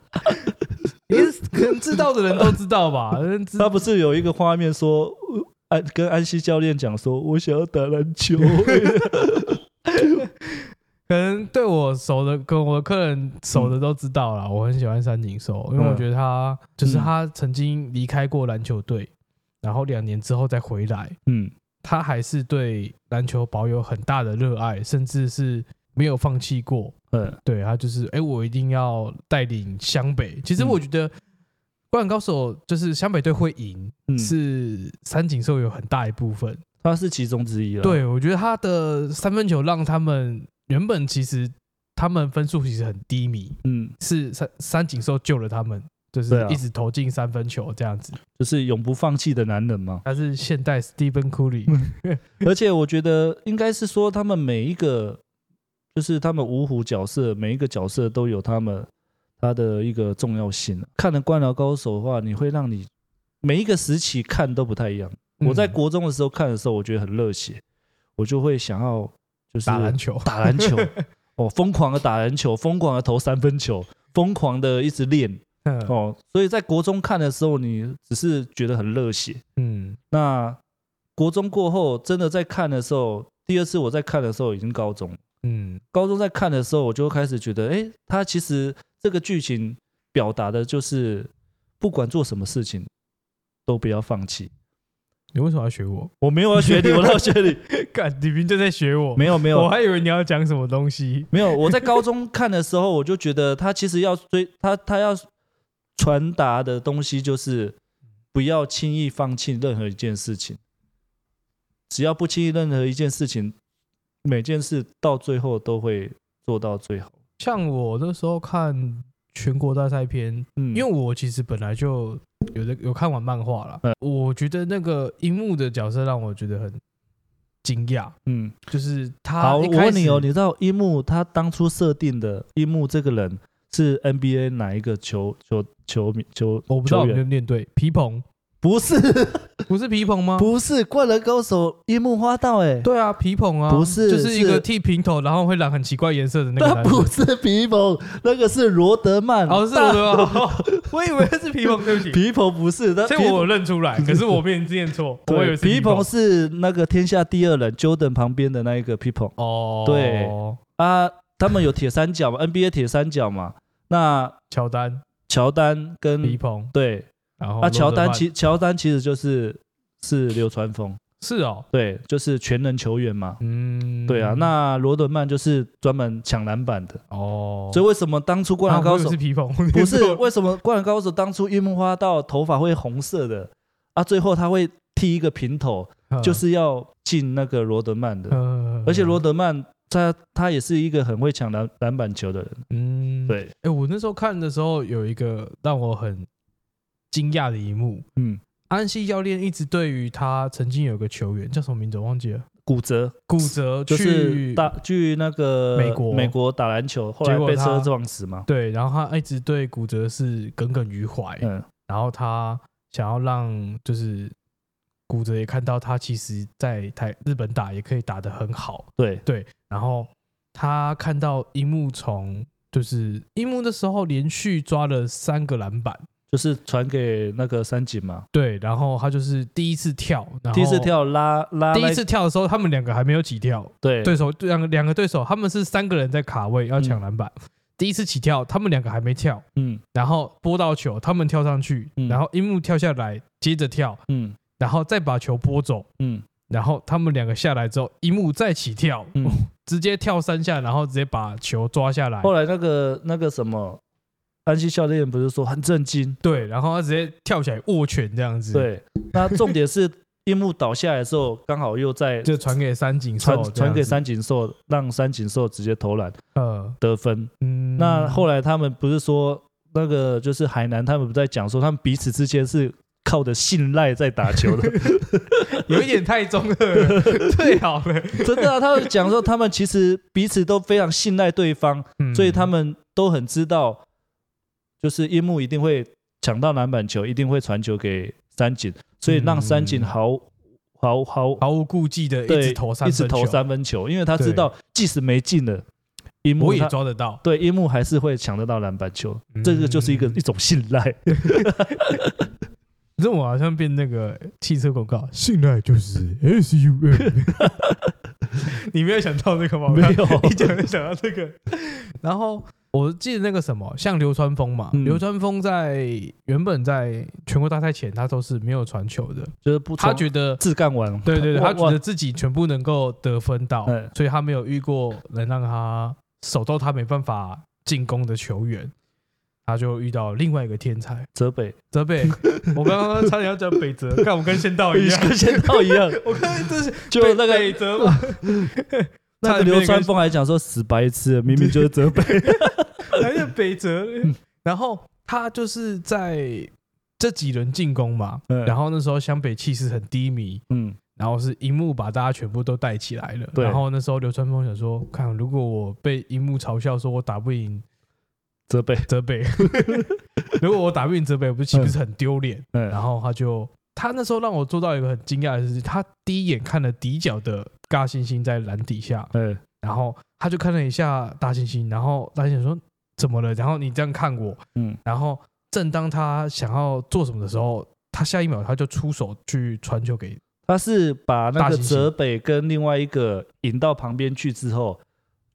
[SPEAKER 2] [LAUGHS]
[SPEAKER 1] 连 [LAUGHS] 可能知道的人都知道吧？人知
[SPEAKER 2] 他不是有一个画面说，呃安跟安西教练讲说，我想要打篮
[SPEAKER 1] [LAUGHS]
[SPEAKER 2] 球。
[SPEAKER 1] 可能对我熟的，跟我的客人熟的都知道
[SPEAKER 2] 嗯
[SPEAKER 1] 啦。我很喜欢三井寿，因为我觉得他、就是他曾经离开过篮球队，然后两年之后再回来，
[SPEAKER 2] 嗯，
[SPEAKER 1] 他还是对篮球保有很大的热爱，甚至是。没有放弃过，
[SPEAKER 2] 嗯，
[SPEAKER 1] 对他就是哎、我一定要带领湘北。
[SPEAKER 2] 嗯
[SPEAKER 1] 其实我觉得《灌篮高手》就是湘北队会赢，
[SPEAKER 2] 嗯
[SPEAKER 1] 是三井寿有很大一部分。
[SPEAKER 2] 他是其中之一了。，
[SPEAKER 1] 对，我啊觉得他的三分球让他们原本其实他们分数其实很低迷，
[SPEAKER 2] 嗯，
[SPEAKER 1] 是三三井寿救了他们，就
[SPEAKER 2] 对
[SPEAKER 1] 是
[SPEAKER 2] 啊
[SPEAKER 1] 一直投进三分球这样子。
[SPEAKER 2] 就是永不放弃的男人嘛。
[SPEAKER 1] 他是现代 Stephen Curry，
[SPEAKER 2] 而且我觉得应该是说，他们每一个就是他们五虎角色，每一个角色都有他们他的一个重要性。看了《灌篮高手》的话，你会让你每一个时期看都不太一样。我在
[SPEAKER 1] 嗯
[SPEAKER 2] 国中的时候看的时候，我觉得很热血，我就会想要就是
[SPEAKER 1] 打篮球，
[SPEAKER 2] 打篮球，哦，疯狂的打篮球，疯狂的投三分球，疯狂的一直练
[SPEAKER 1] [LAUGHS] 嗯
[SPEAKER 2] 哦。所以在国中看的时候，你只是觉得很热血，
[SPEAKER 1] 嗯
[SPEAKER 2] 那国中过后，真的在看的时候，第二次我在看的时候已经高中，
[SPEAKER 1] 嗯
[SPEAKER 2] 高中在看的时候，我就开始觉得，哎，他其实这个剧情表达的就是，不管做什么事情，都不要放弃。
[SPEAKER 1] 你为什么要学我？
[SPEAKER 2] 我没有要学你，我要学你，
[SPEAKER 1] 干，你明就在学 [LAUGHS] 我，
[SPEAKER 2] 没有没
[SPEAKER 1] 我
[SPEAKER 2] 有
[SPEAKER 1] 还以为你要讲什么东西。
[SPEAKER 2] 没有。我在高中看的时候，我就觉得他其实要追他他要传达的东西就是，不要轻易放弃任何一件事情。只要不轻易任何一件事情，每件事到最后都会做到最好。
[SPEAKER 1] 像我那时候看全国大赛篇，
[SPEAKER 2] 嗯，
[SPEAKER 1] 因为我其实本来就有的有看完漫画了
[SPEAKER 2] 嗯，
[SPEAKER 1] 我觉得那个樱木的角色让我觉得很惊讶，
[SPEAKER 2] 嗯，
[SPEAKER 1] 就是他
[SPEAKER 2] 好，我
[SPEAKER 1] 一开
[SPEAKER 2] 问你哦，
[SPEAKER 1] 始
[SPEAKER 2] 你知道樱木他当初设定的樱木这个人是 NBA 哪一个球球球迷球
[SPEAKER 1] 我不知道有
[SPEAKER 2] 球
[SPEAKER 1] 没有
[SPEAKER 2] 员？
[SPEAKER 1] 念对，皮蓬
[SPEAKER 2] 不是，
[SPEAKER 1] 不是皮蓬吗？
[SPEAKER 2] 不是，灌篮高手樱木花道哎、
[SPEAKER 1] 对啊，皮蓬啊，
[SPEAKER 2] 不是
[SPEAKER 1] 就是一个
[SPEAKER 2] 是
[SPEAKER 1] 剃平头，然后会染很奇怪颜色的那个
[SPEAKER 2] 那
[SPEAKER 1] 男生。
[SPEAKER 2] 不是皮蓬，那个是罗德曼。
[SPEAKER 1] 哦，是我的吗？我以为是皮蓬，对不起，
[SPEAKER 2] 皮蓬不是，那
[SPEAKER 1] 所以
[SPEAKER 2] 皮
[SPEAKER 1] 我认出来，可是我面念错，我
[SPEAKER 2] 对
[SPEAKER 1] 以为是
[SPEAKER 2] 皮
[SPEAKER 1] 蓬
[SPEAKER 2] 蓬。是那个天下第二人 Jordan 旁边的那一个皮蓬。
[SPEAKER 1] 哦，
[SPEAKER 2] 对，啊，他们有铁三角嘛，NBA 铁三角嘛。那
[SPEAKER 1] 乔丹、
[SPEAKER 2] 乔丹
[SPEAKER 1] 皮
[SPEAKER 2] 跟
[SPEAKER 1] 蓬，
[SPEAKER 2] 对，
[SPEAKER 1] 然后
[SPEAKER 2] 嗯啊，乔
[SPEAKER 1] 罗
[SPEAKER 2] 丹
[SPEAKER 1] 德曼
[SPEAKER 2] 其乔丹其实就是是流川枫，
[SPEAKER 1] 是哦，
[SPEAKER 2] 对，就是全能球员嘛。
[SPEAKER 1] 嗯，
[SPEAKER 2] 对啊，那罗德曼就是专门抢篮板的。
[SPEAKER 1] 哦，
[SPEAKER 2] 所以为什么当初灌篮
[SPEAKER 1] 啊我
[SPEAKER 2] 高
[SPEAKER 1] 以为
[SPEAKER 2] 手
[SPEAKER 1] 是皮蓬，
[SPEAKER 2] [LAUGHS] 不
[SPEAKER 1] [LAUGHS]
[SPEAKER 2] 是为什么灌篮高手当初樱木花道头发会红色的啊？最后他会剃一个平头，就是要进那个罗德曼的。
[SPEAKER 1] 嗯，
[SPEAKER 2] 而且罗德曼他他也是一个很会抢篮篮板球的人。
[SPEAKER 1] 嗯，
[SPEAKER 2] 对，
[SPEAKER 1] 哎，我那时候看的时候有一个让我很惊讶的一幕，
[SPEAKER 2] 嗯，
[SPEAKER 1] 安西教练一直对于他曾经有个球员叫什么名字我忘记了，
[SPEAKER 2] 骨折
[SPEAKER 1] 骨折
[SPEAKER 2] 就是
[SPEAKER 1] 去
[SPEAKER 2] 打去那个
[SPEAKER 1] 美国
[SPEAKER 2] 美国打篮球，后来
[SPEAKER 1] 结果
[SPEAKER 2] 被
[SPEAKER 1] 他
[SPEAKER 2] 车撞死嘛。
[SPEAKER 1] 对，然后他一直对骨折是耿耿于怀，
[SPEAKER 2] 嗯，
[SPEAKER 1] 然后他想要让就是骨折也看到他其实在台日本打也可以打得很好，
[SPEAKER 2] 对，
[SPEAKER 1] 对，然后他看到樱木从就是樱木的时候连续抓了三个篮板，
[SPEAKER 2] 就是传给那个三井嘛，
[SPEAKER 1] 对，然后他就是第一次跳，然后
[SPEAKER 2] 第一次。跳拉拉
[SPEAKER 1] 第一
[SPEAKER 2] 来
[SPEAKER 1] 次跳的时候，他们两个还没有起跳，
[SPEAKER 2] 对
[SPEAKER 1] 对手两个两个对手，他们是三个人在卡位要抢篮板。第一次起跳，他们两个还没跳，
[SPEAKER 2] 嗯
[SPEAKER 1] 然后拨到球，他们跳上去，
[SPEAKER 2] 嗯
[SPEAKER 1] 然后樱木跳下来，接着跳，
[SPEAKER 2] 嗯
[SPEAKER 1] 然后再把球拨走，
[SPEAKER 2] 嗯，
[SPEAKER 1] 然后他们两个下来之后，樱木再起跳，
[SPEAKER 2] 嗯
[SPEAKER 1] [LAUGHS] 直接跳三下，然后直接把球抓下来。
[SPEAKER 2] 后来那个那个什么安西教练不是说很震惊，
[SPEAKER 1] 对，然后他直接跳起来握拳这样子，，
[SPEAKER 2] 对，那重点是樱木倒下来的时 [LAUGHS] 候，刚好又在
[SPEAKER 1] 就传给三井寿这
[SPEAKER 2] 传
[SPEAKER 1] 样子，
[SPEAKER 2] 传给三井寿，让三井寿直接投篮
[SPEAKER 1] 呃，
[SPEAKER 2] 得分。
[SPEAKER 1] 嗯，
[SPEAKER 2] 那后来他们不是说那个就是海南，他们不在讲说他们彼此之间是靠着信赖在打球的，
[SPEAKER 1] [LAUGHS]
[SPEAKER 2] [LAUGHS]
[SPEAKER 1] 有一点太中二了，最好了，
[SPEAKER 2] 真的啊，他们讲说他们其实彼此都非常信赖对方，
[SPEAKER 1] 嗯
[SPEAKER 2] 所以他们都很知道，就是樱木一定会抢到篮板球，一定会传球给三井，所以让三井
[SPEAKER 1] 嗯
[SPEAKER 2] 毫毫毫
[SPEAKER 1] 毫无顾忌的一
[SPEAKER 2] 对
[SPEAKER 1] 直投三
[SPEAKER 2] 一直
[SPEAKER 1] 分球，
[SPEAKER 2] 投三分球，因为他知道即使没进了，樱木
[SPEAKER 1] 我也
[SPEAKER 2] 他
[SPEAKER 1] 抓得到，
[SPEAKER 2] 对樱木还是会抢得到篮板球，
[SPEAKER 1] 嗯
[SPEAKER 2] 这个就是一个一种信赖。 [LAUGHS]
[SPEAKER 1] 你知道我好像变那个汽车广告，信赖就是 S U M。你没有想到这个吗？
[SPEAKER 2] 没有
[SPEAKER 1] 一讲就想到这个。然后我记得那个什么，像流川枫嘛，
[SPEAKER 2] 嗯
[SPEAKER 1] 流川枫在原本在全国大赛前，他都是没有传球的，
[SPEAKER 2] 就是不
[SPEAKER 1] 他
[SPEAKER 2] 从
[SPEAKER 1] 觉得。
[SPEAKER 2] 自干完，
[SPEAKER 1] 对对对，
[SPEAKER 2] 我
[SPEAKER 1] 他觉
[SPEAKER 2] 我
[SPEAKER 1] 得自己全部能够得分到
[SPEAKER 2] 嗯，
[SPEAKER 1] 所以他没有遇过能让他守到他没办法进攻的球员，他就遇到另外一个天才
[SPEAKER 2] 泽北
[SPEAKER 1] 泽
[SPEAKER 2] [LAUGHS]
[SPEAKER 1] 北。我刚刚差点要讲北泽，看我跟仙道一样，
[SPEAKER 2] 跟仙道
[SPEAKER 1] [LAUGHS]
[SPEAKER 2] 一样，
[SPEAKER 1] 我看这是
[SPEAKER 2] 就
[SPEAKER 1] 北
[SPEAKER 2] 那个
[SPEAKER 1] 北泽嘛，
[SPEAKER 2] [LAUGHS] 那个流川枫还讲说死白痴，明明就是泽北，
[SPEAKER 1] [LAUGHS] 还是北
[SPEAKER 2] [LAUGHS]
[SPEAKER 1] 泽。然后他就是在这几轮进攻嘛，
[SPEAKER 2] 嗯
[SPEAKER 1] 然后那时候湘北气势很低迷，
[SPEAKER 2] [LAUGHS] 嗯，
[SPEAKER 1] 然后是樱木把大家全部都带起来了。
[SPEAKER 2] 对
[SPEAKER 1] 然后那时候流川枫想说，看如果我被樱木嘲笑说我打不赢
[SPEAKER 2] 泽北，
[SPEAKER 1] 泽北， [LAUGHS] 如果我打不赢泽北，我不是岂不是很丢脸？
[SPEAKER 2] 嗯，
[SPEAKER 1] 然后他就。他那时候让我做到一个很惊讶的事情，他第一眼看了底角的嘎星星在篮底下，
[SPEAKER 2] 嗯，
[SPEAKER 1] 然后他就看了一下大猩猩，然后大猩猩说怎么了？然后你这样看我，
[SPEAKER 2] 嗯，
[SPEAKER 1] 然后正当他想要做什么的时候，他下一秒他就出手去传球给，
[SPEAKER 2] 他是把那
[SPEAKER 1] 大
[SPEAKER 2] 个
[SPEAKER 1] 猩猩
[SPEAKER 2] 泽北跟另外一个引到旁边去之后，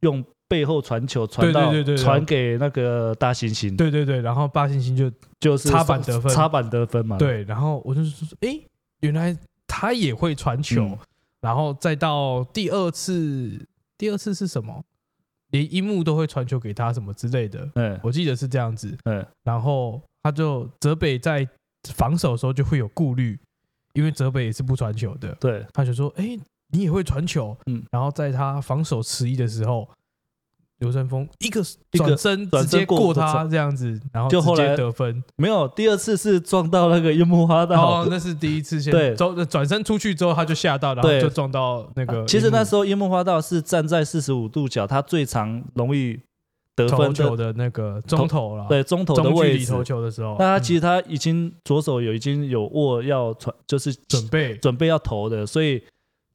[SPEAKER 2] 用背后传球传到
[SPEAKER 1] 对对对对对
[SPEAKER 2] 传给那个大猩猩，
[SPEAKER 1] 对对对，然后大猩猩就
[SPEAKER 2] 就是
[SPEAKER 1] 插板得分
[SPEAKER 2] 插板得分嘛，，
[SPEAKER 1] 对，然后我就说，诶，原来他也会传球，
[SPEAKER 2] 嗯
[SPEAKER 1] 然后再到第二次，第二次是什么？连樱木都会传球给他什么之类的，
[SPEAKER 2] 嗯
[SPEAKER 1] 我记得是这样子。
[SPEAKER 2] 嗯，
[SPEAKER 1] 然后他就泽北在防守的时候就会有顾虑，因为泽北也是不传球的，
[SPEAKER 2] 对，
[SPEAKER 1] 他就说：“哎、你也会传球。”
[SPEAKER 2] 嗯
[SPEAKER 1] 嗯，然后在他防守迟疑的时候，流川枫一个
[SPEAKER 2] 一个
[SPEAKER 1] 转身
[SPEAKER 2] 转
[SPEAKER 1] 直
[SPEAKER 2] 身
[SPEAKER 1] 接
[SPEAKER 2] 过
[SPEAKER 1] 过
[SPEAKER 2] 过
[SPEAKER 1] 他
[SPEAKER 2] 程
[SPEAKER 1] 这样子，然后
[SPEAKER 2] 就后
[SPEAKER 1] 直
[SPEAKER 2] 来
[SPEAKER 1] 接得分。
[SPEAKER 2] 没有第二次是撞到那个樱木花道。
[SPEAKER 1] 哦，那是第一次先
[SPEAKER 2] 对
[SPEAKER 1] 走转身出去之后，他就吓到，然后
[SPEAKER 2] 对啊
[SPEAKER 1] 就撞到那个。
[SPEAKER 2] 其实那时候樱木花道是站在四十五度角，他最常容易得
[SPEAKER 1] 投
[SPEAKER 2] 分
[SPEAKER 1] 球
[SPEAKER 2] 的，
[SPEAKER 1] 的那个中投了，，
[SPEAKER 2] 对中投的
[SPEAKER 1] 中距
[SPEAKER 2] 位
[SPEAKER 1] 离
[SPEAKER 2] 置。
[SPEAKER 1] 投球的时候，
[SPEAKER 2] 那他
[SPEAKER 1] 嗯
[SPEAKER 2] 其实他已经左手有已经有握要传，就是
[SPEAKER 1] 准备
[SPEAKER 2] 准备要投的，所以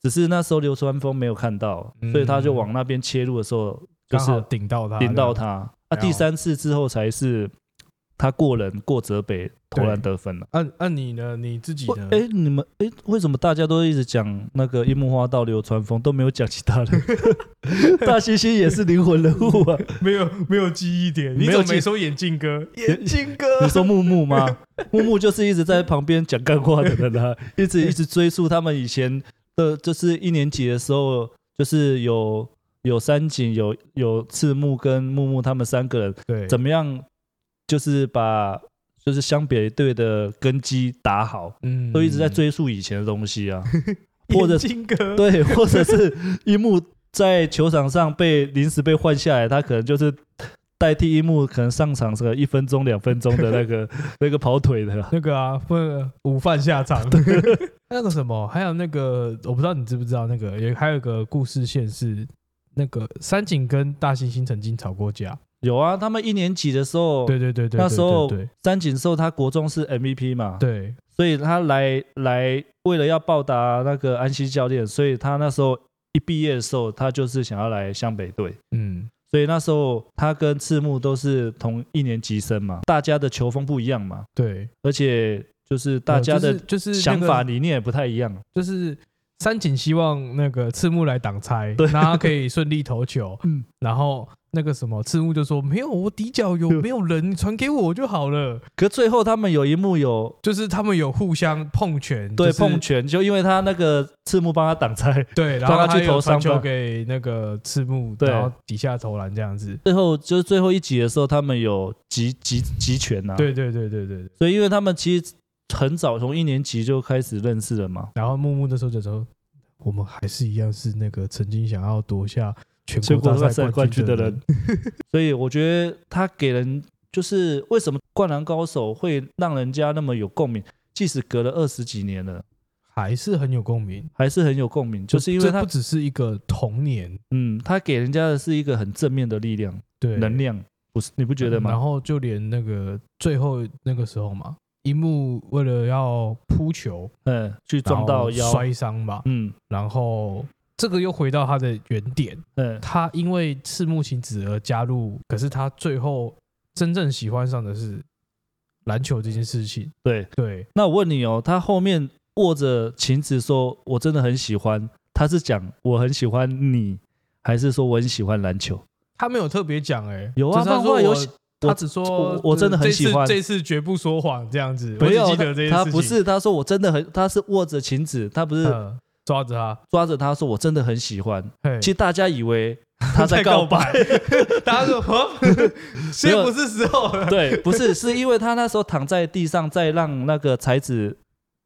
[SPEAKER 2] 只是那时候流川枫没有看到，
[SPEAKER 1] 嗯
[SPEAKER 2] 所以他就往那边切入的时候，就
[SPEAKER 1] 刚好
[SPEAKER 2] 是
[SPEAKER 1] 顶到他，
[SPEAKER 2] 顶到。他。那、
[SPEAKER 1] 然后
[SPEAKER 2] 第三次之后才是他过人过泽北投篮得分了。
[SPEAKER 1] 按按你呢？你自己呢？
[SPEAKER 2] 哎、诶你们哎、为什么大家都一直讲那个樱木花道、流川枫，都没有讲其
[SPEAKER 1] [LAUGHS]
[SPEAKER 2] 他人？大猩猩也是灵魂人物啊！
[SPEAKER 1] 没有没有记忆点，你
[SPEAKER 2] 没
[SPEAKER 1] 怎
[SPEAKER 2] 有
[SPEAKER 1] 么
[SPEAKER 2] 记
[SPEAKER 1] 没说眼镜哥？眼镜哥，
[SPEAKER 2] 你说木木吗？木木就是一直在旁边讲干话的人啊，一直一直追溯他们以前的，就是一年级的时候，就是有有三井、有有赤木跟木木他们三个人
[SPEAKER 1] 对，
[SPEAKER 2] 怎么样，就是把就是湘北队的根基打好，
[SPEAKER 1] 嗯
[SPEAKER 2] 都一直在追溯以前的东西啊，或者
[SPEAKER 1] 眼镜
[SPEAKER 2] [LAUGHS]
[SPEAKER 1] 哥，
[SPEAKER 2] 对，或者是樱木在球场上被临时被换下来，他可能就是代替樱木，可能上场是个一分钟、两分钟的那 [LAUGHS] 个那个跑腿的。
[SPEAKER 1] 那个啊，分午饭下场。 [LAUGHS] 那个什么，还有那个，我不知道你知不知道，那个有还有一个故事线是那个三井跟大猩猩曾经吵过架。
[SPEAKER 2] 有啊，他们一年级的时候，
[SPEAKER 1] 对对对对，
[SPEAKER 2] 哦那时候
[SPEAKER 1] 对
[SPEAKER 2] 三井寿他国中是 MVP 嘛，
[SPEAKER 1] 对
[SPEAKER 2] 所以他来来为了要报答那个安西教练，所以他那时候一毕业的时候，他就是想要来湘北队。
[SPEAKER 1] 嗯，
[SPEAKER 2] 所以那时候他跟赤木都是同一年级生嘛，大家的球风不一样嘛，
[SPEAKER 1] 对，
[SPEAKER 2] 而且就是大家的
[SPEAKER 1] 就是就是那
[SPEAKER 2] 想
[SPEAKER 1] 个
[SPEAKER 2] 法理念也不太一样。
[SPEAKER 1] 就是三井希望那个赤木来挡拆，
[SPEAKER 2] 对
[SPEAKER 1] 那他可以顺利投球。
[SPEAKER 2] 嗯
[SPEAKER 1] 嗯，然后那个什么赤木就说没有，我底角
[SPEAKER 2] [LAUGHS]
[SPEAKER 1] 有
[SPEAKER 2] 对
[SPEAKER 1] 没有人，你传给我就好了。
[SPEAKER 2] 可最后他们有一幕有
[SPEAKER 1] 就是他们有互相碰拳，
[SPEAKER 2] 对
[SPEAKER 1] 就是
[SPEAKER 2] 碰拳，就因为他那个赤木帮他挡拆， [LAUGHS]
[SPEAKER 1] 对，然
[SPEAKER 2] 让
[SPEAKER 1] 后
[SPEAKER 2] 他去
[SPEAKER 1] 有
[SPEAKER 2] 投
[SPEAKER 1] 传
[SPEAKER 2] 三分
[SPEAKER 1] 球给那个赤木，
[SPEAKER 2] 对
[SPEAKER 1] 然后底下投篮这样子。
[SPEAKER 2] 最后就是最后一集的时候，他们有集集集拳呐、啊。，
[SPEAKER 1] 对对对对对对。
[SPEAKER 2] 所以因为他们其实很早从一年级就开始认识了嘛。
[SPEAKER 1] 然后木木那时候就说，我们还是一样是那个曾经想要夺下全
[SPEAKER 2] 全国
[SPEAKER 1] 国
[SPEAKER 2] 大
[SPEAKER 1] 大
[SPEAKER 2] 赛
[SPEAKER 1] 赛
[SPEAKER 2] 冠军
[SPEAKER 1] 军
[SPEAKER 2] 的
[SPEAKER 1] 人
[SPEAKER 2] 人。 [LAUGHS] 所以我觉得他给人就是为什么《灌篮高手》会让人家那么有共鸣，即使隔了二十几年了，
[SPEAKER 1] 还是很有共鸣，
[SPEAKER 2] 还是很有共鸣，就是因为
[SPEAKER 1] 这
[SPEAKER 2] 他
[SPEAKER 1] 不只是一个童年，
[SPEAKER 2] 嗯，他给人家的是一个很正面的力量、
[SPEAKER 1] 对嗯
[SPEAKER 2] 能量，不是你不觉得
[SPEAKER 1] 然
[SPEAKER 2] 吗？
[SPEAKER 1] 后就连那个最后那个时候嘛，樱木为了要扑球，
[SPEAKER 2] 嗯，去撞
[SPEAKER 1] 然
[SPEAKER 2] 到
[SPEAKER 1] 后
[SPEAKER 2] 腰，
[SPEAKER 1] 摔伤嘛，
[SPEAKER 2] 嗯
[SPEAKER 1] 然后这个又回到他的原点，
[SPEAKER 2] 嗯，
[SPEAKER 1] 他因为赤木晴子而加入，可是他最后真正喜欢上的是篮球这件事情。
[SPEAKER 2] 对。
[SPEAKER 1] 对，
[SPEAKER 2] 那我问你哦，他后面握着琴子说“我真的很喜欢”，他是讲我很喜欢你，还是说我很喜欢篮球？
[SPEAKER 1] 他没有特别讲哎，
[SPEAKER 2] 有啊
[SPEAKER 1] 就是他
[SPEAKER 2] 漫画
[SPEAKER 1] 说
[SPEAKER 2] 有
[SPEAKER 1] 我
[SPEAKER 2] 写
[SPEAKER 1] 他
[SPEAKER 2] 我
[SPEAKER 1] 只说
[SPEAKER 2] 我我真的很
[SPEAKER 1] 这次
[SPEAKER 2] 喜欢
[SPEAKER 1] 这次绝不说谎这样子，
[SPEAKER 2] 没有
[SPEAKER 1] 我只记得这件事情
[SPEAKER 2] 他，他不是他说我真的很，他是握着琴子，他不是
[SPEAKER 1] 嗯抓着他，
[SPEAKER 2] 抓着他说我真的很喜欢。
[SPEAKER 1] 嘿
[SPEAKER 2] 其实大家以为他在
[SPEAKER 1] 告
[SPEAKER 2] 告白，，
[SPEAKER 1] [LAUGHS] 大家
[SPEAKER 2] [LAUGHS]
[SPEAKER 1] 说呵现在不是时候了，
[SPEAKER 2] 对，不是，是因为他那时候躺在地上，在让那个才子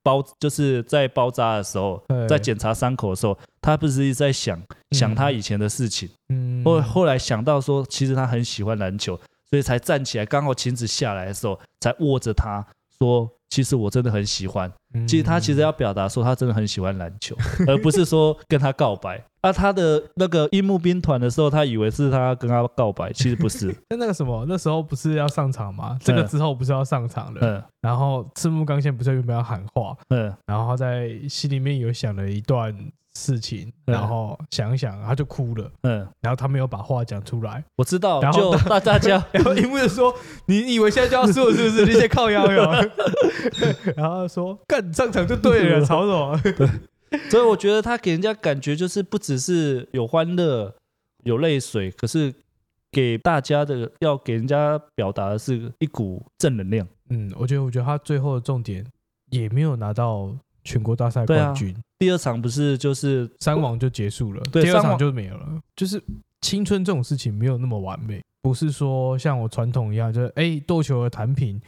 [SPEAKER 2] 包，就是在包扎的时候，
[SPEAKER 1] 对
[SPEAKER 2] 在检查伤口的时候，他不是一直在想想他以前的事情，
[SPEAKER 1] 嗯
[SPEAKER 2] 后、后来想到说，其实他很喜欢篮球，所以才站起来，刚好晴子下来的时候，才握着他说。其实我真的很喜欢，
[SPEAKER 1] 嗯
[SPEAKER 2] 其实他其实要表达说他真的很喜欢篮
[SPEAKER 1] [LAUGHS]
[SPEAKER 2] 球，而不是说跟他告白。啊，他的那个樱木兵团的时候，他以为是他跟他告白，其实
[SPEAKER 1] [LAUGHS]
[SPEAKER 2] 不是。
[SPEAKER 1] 那那个什么，那时候不是要上场吗？这个之后不是要上场了？
[SPEAKER 2] 嗯
[SPEAKER 1] 然后赤木刚宪不是原本要喊话，
[SPEAKER 2] 嗯，
[SPEAKER 1] 然后他在心里面有想了一段事情，
[SPEAKER 2] 嗯
[SPEAKER 1] 然后想一想他就哭了，
[SPEAKER 2] 嗯，
[SPEAKER 1] 然后他没有把话讲出来， [LAUGHS]
[SPEAKER 2] 我知道，
[SPEAKER 1] 然后
[SPEAKER 2] 就大大家
[SPEAKER 1] 然后樱木就说：“你以为现在就要输了是不是？你先靠腰哟。” [LAUGHS] 然后他说：“干上场就对了，吵什么
[SPEAKER 2] [LAUGHS] 所以我觉得他给人家感觉就是不只是有欢乐、有泪水，可是给大家的要给人家表达的是一股正能量。？”
[SPEAKER 1] 嗯，我觉得，我觉得他最后的重点也没有拿到全国大赛
[SPEAKER 2] 对啊
[SPEAKER 1] 冠军，
[SPEAKER 2] 第二场不是就是
[SPEAKER 1] 三网就结束了，
[SPEAKER 2] 对
[SPEAKER 1] 第二
[SPEAKER 2] 三
[SPEAKER 1] 场
[SPEAKER 2] 网
[SPEAKER 1] 就没有了。就是青春这种事情没有那么完美，不是说像我传统一样，就是哎斗球而弹
[SPEAKER 2] [LAUGHS]
[SPEAKER 1] 平，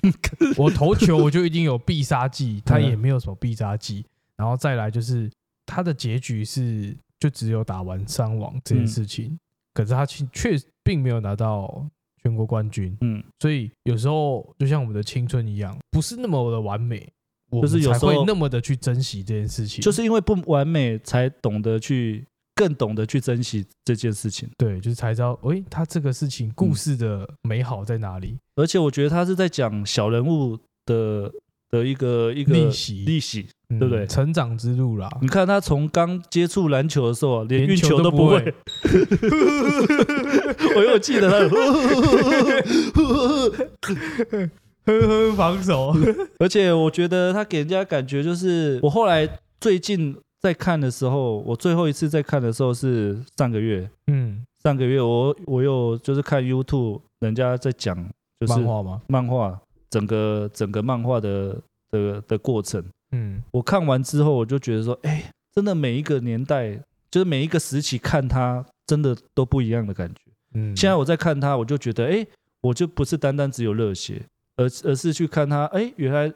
[SPEAKER 1] 我投球我就一定有必杀技，他也没有什么必杀技。然后再来就是他的结局是就只有打完伤亡这
[SPEAKER 2] 嗯
[SPEAKER 1] 件事情，可是他其确并没有拿到全国冠军，
[SPEAKER 2] 嗯，
[SPEAKER 1] 所以有时候就像我们的青春一样，不是那么的完美。我
[SPEAKER 2] 就是
[SPEAKER 1] 们
[SPEAKER 2] 有
[SPEAKER 1] 才
[SPEAKER 2] 时候
[SPEAKER 1] 会那么的去珍惜这件事情，
[SPEAKER 2] 就是因为不完美，才懂得去更懂得去珍惜这件事情。
[SPEAKER 1] 对，就是才知道，诶，他这个事情
[SPEAKER 2] 嗯
[SPEAKER 1] 故事的美好在哪里？
[SPEAKER 2] 而且我觉得他是在讲小人物的的一个一个
[SPEAKER 1] 逆袭
[SPEAKER 2] 逆袭。
[SPEAKER 1] 嗯
[SPEAKER 2] 对不嗯对
[SPEAKER 1] 成长之路啦，
[SPEAKER 2] 你看他从刚接触篮球的时候，连
[SPEAKER 1] 连
[SPEAKER 2] 运
[SPEAKER 1] 球
[SPEAKER 2] 球
[SPEAKER 1] 都
[SPEAKER 2] 都
[SPEAKER 1] 不
[SPEAKER 2] 不
[SPEAKER 1] 会 [LAUGHS]
[SPEAKER 2] 会。 [LAUGHS] 我又记得他，
[SPEAKER 1] [LAUGHS] 呵呵，防
[SPEAKER 2] [LAUGHS]
[SPEAKER 1] 守，
[SPEAKER 2] 而且我觉得他给人家感觉就是，我后来最近在看的时候，我最后一次在看的时候是上个月，
[SPEAKER 1] 嗯，
[SPEAKER 2] 上个月我我有就是看 YouTube 人家在讲就是
[SPEAKER 1] 漫画吗？
[SPEAKER 2] 漫画整个整个漫画的的的过程，
[SPEAKER 1] 嗯，
[SPEAKER 2] 我看完之后，我就觉得说，哎、真的每一个年代，就是每一个时期看它，真的都不一样的感觉。
[SPEAKER 1] 嗯，
[SPEAKER 2] 现在我在看它，我就觉得，哎、我就不是单单只有热血，而而是去看它，哎、原来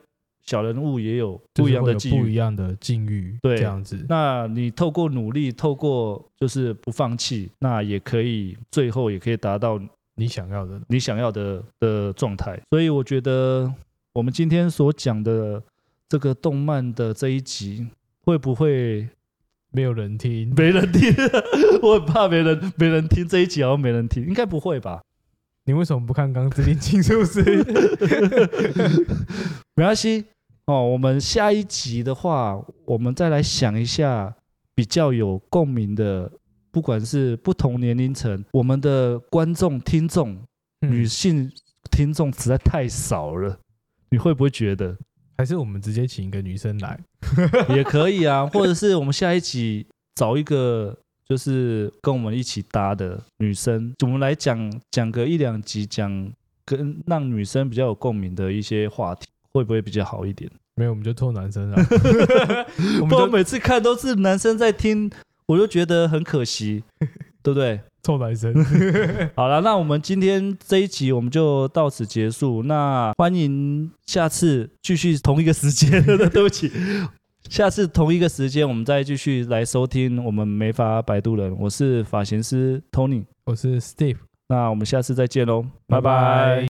[SPEAKER 2] 小人物也有
[SPEAKER 1] 就是
[SPEAKER 2] 不一样
[SPEAKER 1] 会
[SPEAKER 2] 的
[SPEAKER 1] 有
[SPEAKER 2] 际
[SPEAKER 1] 不
[SPEAKER 2] 遇
[SPEAKER 1] 一。样的境遇，
[SPEAKER 2] 对
[SPEAKER 1] 这样子，
[SPEAKER 2] 那你透过努力，透过就是不放弃，那也可以最后也可以达到
[SPEAKER 1] 你想要的，
[SPEAKER 2] 你想要的的状态。所以我觉得我们今天所讲的这个动漫的这一集，会不会
[SPEAKER 1] 没有人听，
[SPEAKER 2] 没人听？ [LAUGHS] 我很怕没人没人听这一集，好像没人听，应该不会吧？
[SPEAKER 1] 你为什么不看《钢之炼金术师》？
[SPEAKER 2] 没关系哦，我们下一集的话，我们再来想一下比较有共鸣的。不管是不同年龄层，我们的观众、听众， [LAUGHS] 女
[SPEAKER 1] 嗯
[SPEAKER 2] 性听众实在太少了，你会不会觉得？
[SPEAKER 1] 还是我们直接请一个女生来？
[SPEAKER 2] 也可以啊，或者是我们下一集找一个就是跟我们一起搭的女生，我们来讲讲个一两集，讲跟让女生比较有共鸣的一些话题，会不会比较好一点？
[SPEAKER 1] 没有，我们就凑男
[SPEAKER 2] [LAUGHS]
[SPEAKER 1] 生啊， [LAUGHS] 我们
[SPEAKER 2] 不然我
[SPEAKER 1] 就
[SPEAKER 2] 每次看都是男生在听，我就觉得很
[SPEAKER 1] [LAUGHS]
[SPEAKER 2] 可惜，对不对？
[SPEAKER 1] 凑男
[SPEAKER 2] [LAUGHS]
[SPEAKER 1] 生，
[SPEAKER 2] 好了，那我们今天这一集我们就到此结束。那欢迎下次继续同一个时间， [LAUGHS] 对不起，下次同一个时间我们再继续来收听我们没法摆渡人。我是发型师 Tony，
[SPEAKER 1] 我是 Steve，
[SPEAKER 2] 那我们下次再见喽，
[SPEAKER 1] 拜
[SPEAKER 2] 拜拜
[SPEAKER 1] 拜